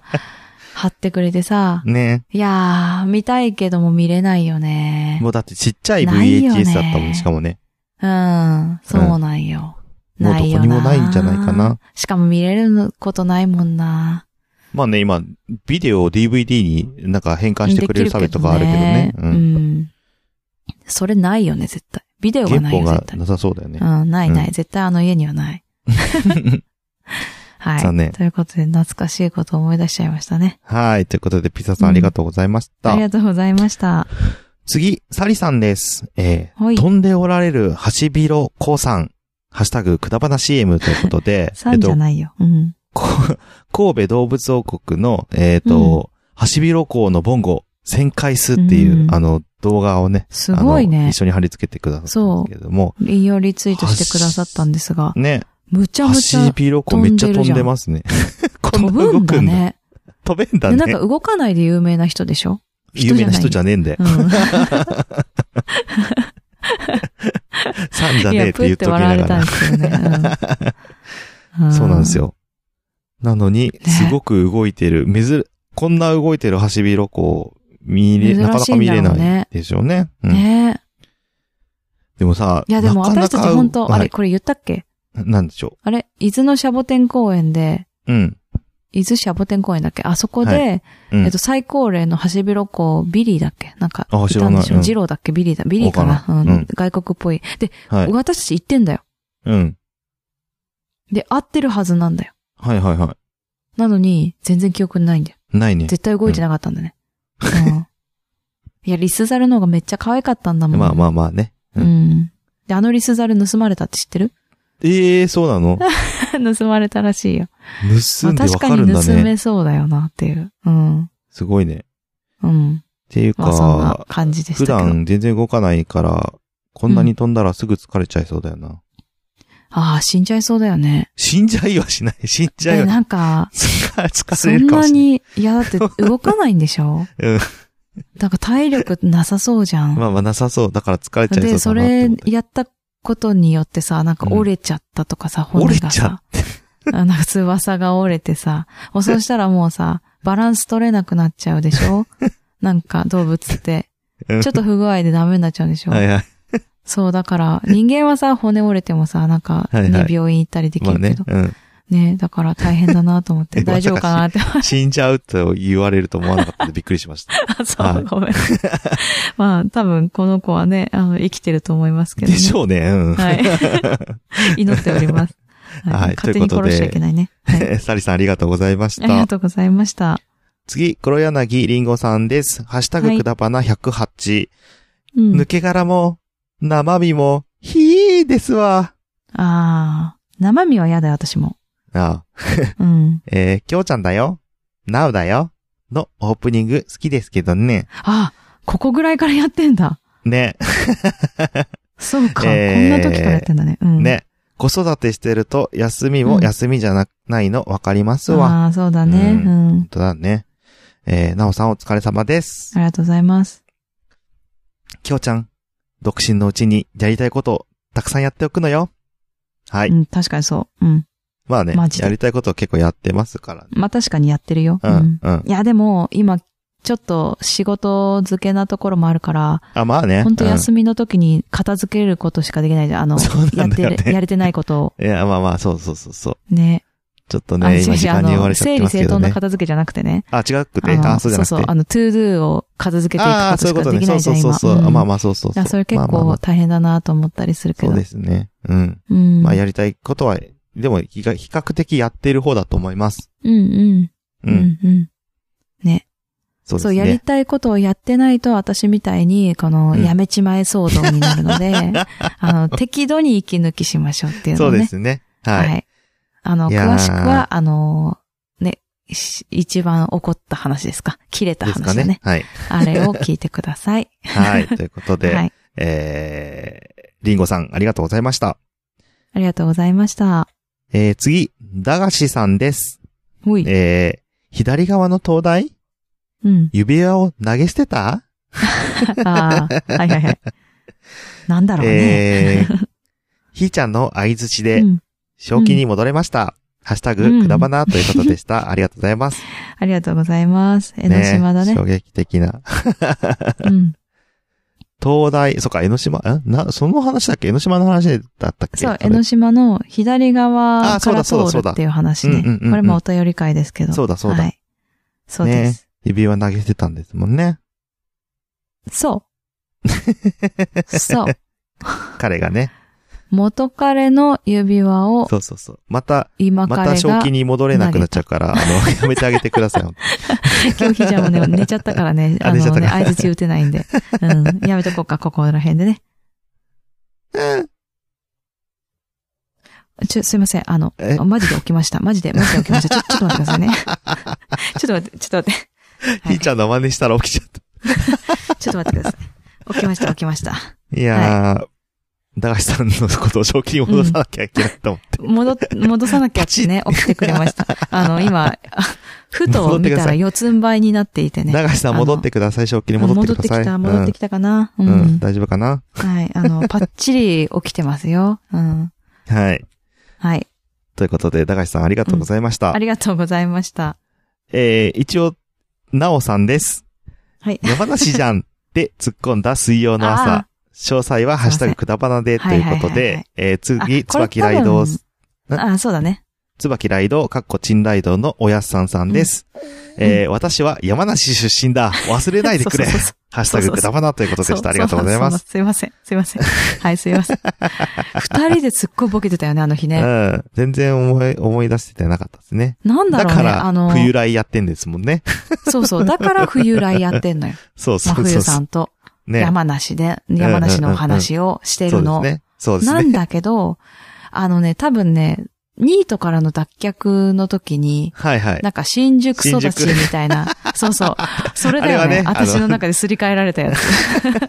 [SPEAKER 2] 貼ってくれてさ、
[SPEAKER 1] ね。
[SPEAKER 2] いやー、見たいけども見れないよね。
[SPEAKER 1] もうだってちっちゃい
[SPEAKER 2] ないよね
[SPEAKER 1] VHS だったもん、しかもね。
[SPEAKER 2] うん、そうなんよ。
[SPEAKER 1] もうど
[SPEAKER 2] ないよ
[SPEAKER 1] こ
[SPEAKER 2] な。
[SPEAKER 1] にもないんじゃないかな。。
[SPEAKER 2] しかも見れることないもんな。
[SPEAKER 1] まあね、今、ビデオを DVD になんか変換してくれるサービスとかあるけどね。
[SPEAKER 2] で
[SPEAKER 1] う
[SPEAKER 2] きるけど
[SPEAKER 1] ん。
[SPEAKER 2] うん。それないよね、絶対。ビデオが
[SPEAKER 1] 原
[SPEAKER 2] ない
[SPEAKER 1] 本
[SPEAKER 2] よ、
[SPEAKER 1] が
[SPEAKER 2] 絶対。
[SPEAKER 1] なさそうだよね。
[SPEAKER 2] うん、ないな
[SPEAKER 1] う
[SPEAKER 2] い。絶対あの家にはない。
[SPEAKER 1] [laughs]
[SPEAKER 2] はい。
[SPEAKER 1] 残念
[SPEAKER 2] ということで、懐かしいことを思い出しちゃいましたね。
[SPEAKER 1] はい。ということで、ピザさんありがとうございまし
[SPEAKER 2] あ
[SPEAKER 1] た
[SPEAKER 2] り。がとうございました。
[SPEAKER 1] 次、サリさんです。えー
[SPEAKER 2] はい、
[SPEAKER 1] 飛んでおられるハシビロコウさん。ハッシュタグ、くだばな CM ということで
[SPEAKER 2] 3じゃ [laughs] ないよ。うん。
[SPEAKER 1] こ神戸動物王国の、えっ、と、ハシビロコウのボンゴ、1000回数っていう、
[SPEAKER 2] うん
[SPEAKER 1] あの、動画をね、
[SPEAKER 2] すご
[SPEAKER 1] あ
[SPEAKER 2] い
[SPEAKER 1] の
[SPEAKER 2] ね
[SPEAKER 1] 一。緒に貼り付けてくださったんですけれども、
[SPEAKER 2] 引用リツイートしてくださったんですが、
[SPEAKER 1] ね、
[SPEAKER 2] むちゃ
[SPEAKER 1] ハ
[SPEAKER 2] むち
[SPEAKER 1] シ
[SPEAKER 2] ゃ
[SPEAKER 1] ビロコウめっちゃ飛んでますね。こ
[SPEAKER 2] 飛
[SPEAKER 1] な
[SPEAKER 2] ぶ
[SPEAKER 1] 動
[SPEAKER 2] ん
[SPEAKER 1] く
[SPEAKER 2] だ
[SPEAKER 1] んだ。
[SPEAKER 2] ね。
[SPEAKER 1] 飛べんだ
[SPEAKER 2] でなんか
[SPEAKER 1] ね。
[SPEAKER 2] 動かないで有名な人でしょ
[SPEAKER 1] 有名な人じゃねえんだよ
[SPEAKER 2] う。ん。
[SPEAKER 1] さんじゃ
[SPEAKER 2] [laughs]
[SPEAKER 1] ね
[SPEAKER 2] い
[SPEAKER 1] え
[SPEAKER 2] や、
[SPEAKER 1] って
[SPEAKER 2] プ
[SPEAKER 1] 言
[SPEAKER 2] っ
[SPEAKER 1] ってとき
[SPEAKER 2] 笑
[SPEAKER 1] なが
[SPEAKER 2] われたん
[SPEAKER 1] ら
[SPEAKER 2] で。すけどね。う
[SPEAKER 1] そうなんです
[SPEAKER 2] よ。
[SPEAKER 1] よ。なのに、すごく動いてる、めず、こんな動いてるハシビロコウ、見れ、
[SPEAKER 2] 珍しいんだ
[SPEAKER 1] な
[SPEAKER 2] ろうね
[SPEAKER 1] かなか見れないでしょうね。うん
[SPEAKER 2] ね
[SPEAKER 1] でもさ、
[SPEAKER 2] え。いや、でも
[SPEAKER 1] なかな
[SPEAKER 2] 私
[SPEAKER 1] か
[SPEAKER 2] たち本当、あ
[SPEAKER 1] は
[SPEAKER 2] れ、
[SPEAKER 1] い
[SPEAKER 2] これ言ったっけ
[SPEAKER 1] なんでしょ
[SPEAKER 2] あれ、伊豆のシャボテン公園で、
[SPEAKER 1] う。うん。
[SPEAKER 2] 伊豆シャボテン公園だっけあそこで、
[SPEAKER 1] はうん
[SPEAKER 2] えっと、最高齢のハシビロコウ、ビリーだっけなんか、
[SPEAKER 1] あ
[SPEAKER 2] い
[SPEAKER 1] 知
[SPEAKER 2] た
[SPEAKER 1] ら
[SPEAKER 2] ん
[SPEAKER 1] ない
[SPEAKER 2] でしょ
[SPEAKER 1] うん
[SPEAKER 2] ジローだっけビリーだ。ビリーか
[SPEAKER 1] わ
[SPEAKER 2] な
[SPEAKER 1] から
[SPEAKER 2] うんん、
[SPEAKER 1] うん
[SPEAKER 2] 外国っぽい。で、
[SPEAKER 1] はい。
[SPEAKER 2] 私たち行ってんだよ。
[SPEAKER 1] うん。
[SPEAKER 2] で、合ってるはずなんだよ。
[SPEAKER 1] はいはいは
[SPEAKER 2] なのに、全然記憶にないんだよ。
[SPEAKER 1] い。ないね。
[SPEAKER 2] 絶対動いてなかったんだね。
[SPEAKER 1] [laughs]
[SPEAKER 2] うん。いや、リスザルの方がめっちゃ可愛かったんだもん。
[SPEAKER 1] まあま
[SPEAKER 2] あ。
[SPEAKER 1] あまあね。う
[SPEAKER 2] うん。で、あのリスザル盗まれたって知ってる [laughs]
[SPEAKER 1] ええ、そうなの
[SPEAKER 2] 盗まれたらしいよ。
[SPEAKER 1] 盗
[SPEAKER 2] まあ
[SPEAKER 1] んでわ
[SPEAKER 2] 確
[SPEAKER 1] か
[SPEAKER 2] か
[SPEAKER 1] るん
[SPEAKER 2] に
[SPEAKER 1] だ
[SPEAKER 2] 盗
[SPEAKER 1] ね。
[SPEAKER 2] めそうだよなっていう。うん。
[SPEAKER 1] すごいね。っ
[SPEAKER 2] うん。
[SPEAKER 1] ていう
[SPEAKER 2] まあそん
[SPEAKER 1] か
[SPEAKER 2] な、感じでし
[SPEAKER 1] 普
[SPEAKER 2] たけど。
[SPEAKER 1] 段全然動かないから、こんなに飛んだらすぐ疲れちゃいそうだよな。
[SPEAKER 2] ああ、死んじゃいそうだよね。
[SPEAKER 1] 死んじゃいはしない。死んじゃい
[SPEAKER 2] え、
[SPEAKER 1] は
[SPEAKER 2] なんか、
[SPEAKER 1] 疲
[SPEAKER 2] そ
[SPEAKER 1] れ
[SPEAKER 2] ん
[SPEAKER 1] るかも
[SPEAKER 2] な
[SPEAKER 1] しれない。
[SPEAKER 2] に、いや、だって動かないんでしょ [laughs]
[SPEAKER 1] うん
[SPEAKER 2] なんか体力なさそうじゃん。
[SPEAKER 1] まあまあなさそう。だから疲れちゃ
[SPEAKER 2] で、
[SPEAKER 1] いそ
[SPEAKER 2] そう
[SPEAKER 1] だなって
[SPEAKER 2] れ
[SPEAKER 1] 思って。
[SPEAKER 2] やったことによってさ、なんか折れちゃったとかさ、
[SPEAKER 1] うん
[SPEAKER 2] 骨が
[SPEAKER 1] 折
[SPEAKER 2] さ。 [laughs] あなんか翼が折れてさ。もうそうしたらもうさ、バランス取れなくなっちゃうでし
[SPEAKER 1] [laughs]
[SPEAKER 2] ょなんか動物って。
[SPEAKER 1] うん
[SPEAKER 2] ちょっと不具合でダメになっちゃうでしょ、
[SPEAKER 1] はいはい。
[SPEAKER 2] そう、だから、人間はさ、骨折れてもさ、なん
[SPEAKER 1] は
[SPEAKER 2] か、
[SPEAKER 1] いは
[SPEAKER 2] ね
[SPEAKER 1] い、
[SPEAKER 2] 病院行ったりでき
[SPEAKER 1] まあ
[SPEAKER 2] るけ
[SPEAKER 1] ね
[SPEAKER 2] ど。。
[SPEAKER 1] うん。
[SPEAKER 2] ね、だから大変だなと思って、
[SPEAKER 1] [laughs] まさか
[SPEAKER 2] 大丈夫かなって。
[SPEAKER 1] 死んじゃうと言われると思わなかったんでびっくりしました。
[SPEAKER 2] [laughs] あそ、
[SPEAKER 1] はいう
[SPEAKER 2] ごめん。
[SPEAKER 1] [laughs]
[SPEAKER 2] まあ、多分、この子はね、あの、生きてると思いますけど
[SPEAKER 1] で
[SPEAKER 2] ね。
[SPEAKER 1] しょうね。うん。
[SPEAKER 2] はい。
[SPEAKER 1] [laughs]
[SPEAKER 2] 祈っております。
[SPEAKER 1] はい
[SPEAKER 2] 勝手
[SPEAKER 1] というこ
[SPEAKER 2] に
[SPEAKER 1] とで
[SPEAKER 2] 殺しちゃいけないね。は
[SPEAKER 1] [laughs]
[SPEAKER 2] い。
[SPEAKER 1] サリさんありがとうございまし
[SPEAKER 2] あり
[SPEAKER 1] た
[SPEAKER 2] が。とうございました。
[SPEAKER 1] 次、黒柳りんごさんです。ハッシュタ
[SPEAKER 2] は
[SPEAKER 1] グ
[SPEAKER 2] い
[SPEAKER 1] くだばな108。
[SPEAKER 2] うん。
[SPEAKER 1] 抜け殻も、生身も、ひーですわ。
[SPEAKER 2] ああ、生身は嫌だよ、私も。
[SPEAKER 1] ああ
[SPEAKER 2] うん。
[SPEAKER 1] えー、きょうちゃんだよ。なうだよ。のオープニング好きですけどね。
[SPEAKER 2] あここぐらいからやってんだ。
[SPEAKER 1] ね、
[SPEAKER 2] そうか。
[SPEAKER 1] えー
[SPEAKER 2] こんな時からやってんだね。うん。。
[SPEAKER 1] ね。子育てしてると、休みも休みじゃな、ないのわかりますわ。
[SPEAKER 2] ああ、そうだね。
[SPEAKER 1] う
[SPEAKER 2] うん。
[SPEAKER 1] 本当だね。えー、なおさんお疲れ様です
[SPEAKER 2] あ。りがとうございます。
[SPEAKER 1] きょうちゃん、独身のうちにやりたいことをたくさんやっておくのよ。はい。
[SPEAKER 2] うん、確かにそう。うん。
[SPEAKER 1] まあね
[SPEAKER 2] マ、ジで
[SPEAKER 1] やりたいことを結構やってますからね。
[SPEAKER 2] まあ確かにやってるよ。
[SPEAKER 1] うん、うん。
[SPEAKER 2] いや、でも、今、ちょっと仕事付けなところもあるから、
[SPEAKER 1] あ、まあね。
[SPEAKER 2] 本当休みの時に片付けることしかできないじゃん。あ
[SPEAKER 1] う
[SPEAKER 2] の
[SPEAKER 1] ん、そう
[SPEAKER 2] や
[SPEAKER 1] な
[SPEAKER 2] っ
[SPEAKER 1] んだよ
[SPEAKER 2] てる、や
[SPEAKER 1] ね。
[SPEAKER 2] れてないことを。
[SPEAKER 1] いや、まあまあ、そうそうそうそう。
[SPEAKER 2] ね。
[SPEAKER 1] ちょっと
[SPEAKER 2] あの
[SPEAKER 1] ね、今時間に追われちゃってますけ
[SPEAKER 2] 整理整
[SPEAKER 1] ど
[SPEAKER 2] 頓の
[SPEAKER 1] ね。
[SPEAKER 2] 片付けじゃなくてね。
[SPEAKER 1] あ、違くて、
[SPEAKER 2] の
[SPEAKER 1] あ、そうじゃな
[SPEAKER 2] そう
[SPEAKER 1] くて。
[SPEAKER 2] あの、トゥードゥを片付けていく
[SPEAKER 1] あ
[SPEAKER 2] こ
[SPEAKER 1] あ、そういうこ
[SPEAKER 2] としか
[SPEAKER 1] と
[SPEAKER 2] で
[SPEAKER 1] ね。
[SPEAKER 2] きな
[SPEAKER 1] そ
[SPEAKER 2] いうじ
[SPEAKER 1] そ
[SPEAKER 2] ゃ、
[SPEAKER 1] うんそう
[SPEAKER 2] 今。
[SPEAKER 1] そう。
[SPEAKER 2] うん
[SPEAKER 1] まあまあ、そうそう
[SPEAKER 2] だか
[SPEAKER 1] そ
[SPEAKER 2] ら
[SPEAKER 1] う。
[SPEAKER 2] それ結
[SPEAKER 1] まあまあま
[SPEAKER 2] 構
[SPEAKER 1] あ
[SPEAKER 2] 大変だなと思ったりするけど。
[SPEAKER 1] そうですね。うん。
[SPEAKER 2] うん。
[SPEAKER 1] まあ、やりたいことは、でも、比較比較的やっている方だと思います。
[SPEAKER 2] うんうん。
[SPEAKER 1] う。
[SPEAKER 2] うんんうん。
[SPEAKER 1] そうで
[SPEAKER 2] そ
[SPEAKER 1] す
[SPEAKER 2] う、やり
[SPEAKER 1] ね。
[SPEAKER 2] たいことをやってないと、私みたいに、こ
[SPEAKER 1] う
[SPEAKER 2] の、
[SPEAKER 1] ん
[SPEAKER 2] やめちまえ騒動になる
[SPEAKER 1] [laughs]
[SPEAKER 2] ので、あの、適度に息抜きしましょうっていう
[SPEAKER 1] そ
[SPEAKER 2] の
[SPEAKER 1] う
[SPEAKER 2] ね。
[SPEAKER 1] ですね。はい。
[SPEAKER 2] い。あの、
[SPEAKER 1] いやー
[SPEAKER 2] 詳しくは、あの、ね、し一番起こった話ですか切れた
[SPEAKER 1] ですか
[SPEAKER 2] 話だ
[SPEAKER 1] ね
[SPEAKER 2] ね。。
[SPEAKER 1] はい。
[SPEAKER 2] あれを聞いてください。 [laughs]
[SPEAKER 1] はい。ということ [laughs] で、
[SPEAKER 2] はい。
[SPEAKER 1] えー、リンゴさん、ありがとうございました。
[SPEAKER 2] ありがとうございました。
[SPEAKER 1] えー、次、駄菓子さんです。
[SPEAKER 2] ほい。
[SPEAKER 1] えー、左側の灯台
[SPEAKER 2] うん。
[SPEAKER 1] 指輪を投げ捨てた
[SPEAKER 2] ああ、はいはいはい。なんだろうね。
[SPEAKER 1] えー、ひーちゃんの相づちで
[SPEAKER 2] う、ん。
[SPEAKER 1] 正気に戻れました。ハッシュタ
[SPEAKER 2] う
[SPEAKER 1] グ、
[SPEAKER 2] ん
[SPEAKER 1] くだばなということで
[SPEAKER 2] [laughs]
[SPEAKER 1] した。ありがとうございます。
[SPEAKER 2] ありがとうございます。江ノ島だね。
[SPEAKER 1] 衝撃的な。
[SPEAKER 2] うん。
[SPEAKER 1] 東大、そっか、江ノ島、んな、その話だっけ江ノ島の話だったっけ
[SPEAKER 2] そう、
[SPEAKER 1] そ
[SPEAKER 2] 江
[SPEAKER 1] れ
[SPEAKER 2] ノ島の左側
[SPEAKER 1] あそ
[SPEAKER 2] か
[SPEAKER 1] うだ
[SPEAKER 2] ら通
[SPEAKER 1] そうだそう
[SPEAKER 2] る
[SPEAKER 1] だ
[SPEAKER 2] っていう話ね。
[SPEAKER 1] うんうんうんうん
[SPEAKER 2] これもお便り会ですけど。
[SPEAKER 1] そうだそうだ
[SPEAKER 2] はい。そうです。
[SPEAKER 1] 指輪投げてたんですもん
[SPEAKER 2] [laughs]
[SPEAKER 1] ね。
[SPEAKER 2] そう。そう。
[SPEAKER 1] 彼がね。
[SPEAKER 2] 元彼の指輪を
[SPEAKER 1] [laughs] そうそうそう。また、
[SPEAKER 2] 今
[SPEAKER 1] ま
[SPEAKER 2] 彼が
[SPEAKER 1] た正気に戻れなくなっちゃうから、あの、やめてあげてくだ
[SPEAKER 2] [laughs]
[SPEAKER 1] さい。
[SPEAKER 2] 今日ひちゃんも
[SPEAKER 1] [laughs]
[SPEAKER 2] ね、寝ちゃったからね、
[SPEAKER 1] あ
[SPEAKER 2] あの
[SPEAKER 1] 寝ちゃった
[SPEAKER 2] ね、
[SPEAKER 1] から
[SPEAKER 2] 相づち打てないんで。うん。やめとこうか、ここら辺でね。ちょ、すいません。あの、
[SPEAKER 1] え
[SPEAKER 2] マジで起きました。マジで、マジで起きました。ちょ、ちょっと待ってくださいね。ちょっと待って、ちょっと待って。
[SPEAKER 1] [laughs]
[SPEAKER 2] は
[SPEAKER 1] ひ
[SPEAKER 2] い
[SPEAKER 1] ーちゃんの真似したら起きちゃっ
[SPEAKER 2] ちょっと待ってください。起きました、起きました。
[SPEAKER 1] た。いやー、駄菓子さんのことを正気に戻さなきゃいけないと思って。
[SPEAKER 2] 戻っ、戻さなきゃってね、起きてくれました。あの、今、あふと見たら四つん這いになっていてね。
[SPEAKER 1] 駄菓子さん戻ってください、正気に戻ってください。
[SPEAKER 2] あ戻ってきた、戻ってきたかな。う
[SPEAKER 1] うんうんん、。大丈夫かな
[SPEAKER 2] はい。あの、パッチリ起きてますよ。うん。
[SPEAKER 1] はい。
[SPEAKER 2] はい。
[SPEAKER 1] ということで、駄菓子さんありがとうございました。
[SPEAKER 2] ありがとうございました。
[SPEAKER 1] えー、一応、なおさんです。
[SPEAKER 2] はい。
[SPEAKER 1] 山梨じゃんって突っ込んだ水曜の朝
[SPEAKER 2] [laughs] あ。
[SPEAKER 1] 詳細はハッシュタグくだばなでということ
[SPEAKER 2] はいはいはいは
[SPEAKER 1] で
[SPEAKER 2] い、
[SPEAKER 1] えー、次、
[SPEAKER 2] あこれ
[SPEAKER 1] 椿ライド
[SPEAKER 2] 多、分あ、そうだね。
[SPEAKER 1] 椿ライド、かっこチンライドのおやっさんさんです。えー、私は山梨出身だ。忘れないでくれ。
[SPEAKER 2] そうそうそう
[SPEAKER 1] [laughs] ハッシュタグくだばなということで
[SPEAKER 2] そう
[SPEAKER 1] し
[SPEAKER 2] そ
[SPEAKER 1] た。ありがとうございま
[SPEAKER 2] そう
[SPEAKER 1] す。
[SPEAKER 2] すいません。すいません。はい、す
[SPEAKER 1] [laughs]
[SPEAKER 2] いません。二人ですっごいボケてたよね、あの日
[SPEAKER 1] う
[SPEAKER 2] ね。
[SPEAKER 1] ん。全然思い、思い出せてなかったですね。
[SPEAKER 2] なんだ
[SPEAKER 1] だ
[SPEAKER 2] ろう
[SPEAKER 1] か
[SPEAKER 2] ね、あ
[SPEAKER 1] ら、
[SPEAKER 2] の、
[SPEAKER 1] 冬来やってんですもんね。 [laughs]
[SPEAKER 2] そうそう。だから冬来やってんのよ。
[SPEAKER 1] そう [laughs] そ
[SPEAKER 2] 真
[SPEAKER 1] うそ
[SPEAKER 2] 冬
[SPEAKER 1] う
[SPEAKER 2] さ
[SPEAKER 1] そ
[SPEAKER 2] んと
[SPEAKER 1] う。ね。
[SPEAKER 2] 山梨で、山梨のお話をして
[SPEAKER 1] そう
[SPEAKER 2] る
[SPEAKER 1] です
[SPEAKER 2] の。
[SPEAKER 1] ね。そうです
[SPEAKER 2] な
[SPEAKER 1] ね。
[SPEAKER 2] んだけど、あのね、多分ね、ニートからの脱却の時に、
[SPEAKER 1] はいはい。
[SPEAKER 2] なんか新宿育
[SPEAKER 1] 新
[SPEAKER 2] ち
[SPEAKER 1] 宿
[SPEAKER 2] みたいな。そうそう。それだ
[SPEAKER 1] あ
[SPEAKER 2] よ
[SPEAKER 1] れ
[SPEAKER 2] ね
[SPEAKER 1] はねあの
[SPEAKER 2] 私の中ですり替えられたやつ。